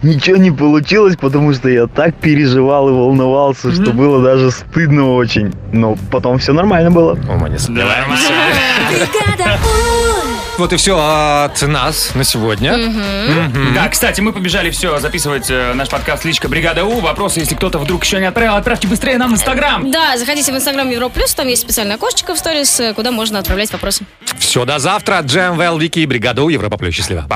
Speaker 8: Ничего не получилось, потому что я так переживал и волновался, что было даже стыдно очень. Но потом все нормально было.
Speaker 1: Вот и все от нас на сегодня. Мгм.
Speaker 2: Да, кстати, мы побежали все записывать э, наш подкаст «Личка Бригада У». Вопросы, если кто-то вдруг еще не отправил, отправьте быстрее нам в Инстаграм.
Speaker 3: Да, заходите в Инстаграм Европа Плюс, там есть специальное окошечко в сторис, э, куда можно отправлять вопросы.
Speaker 1: Все, до завтра. Джем, Вэл, Вики, Бригада У, Европа Плюс. Счастливо.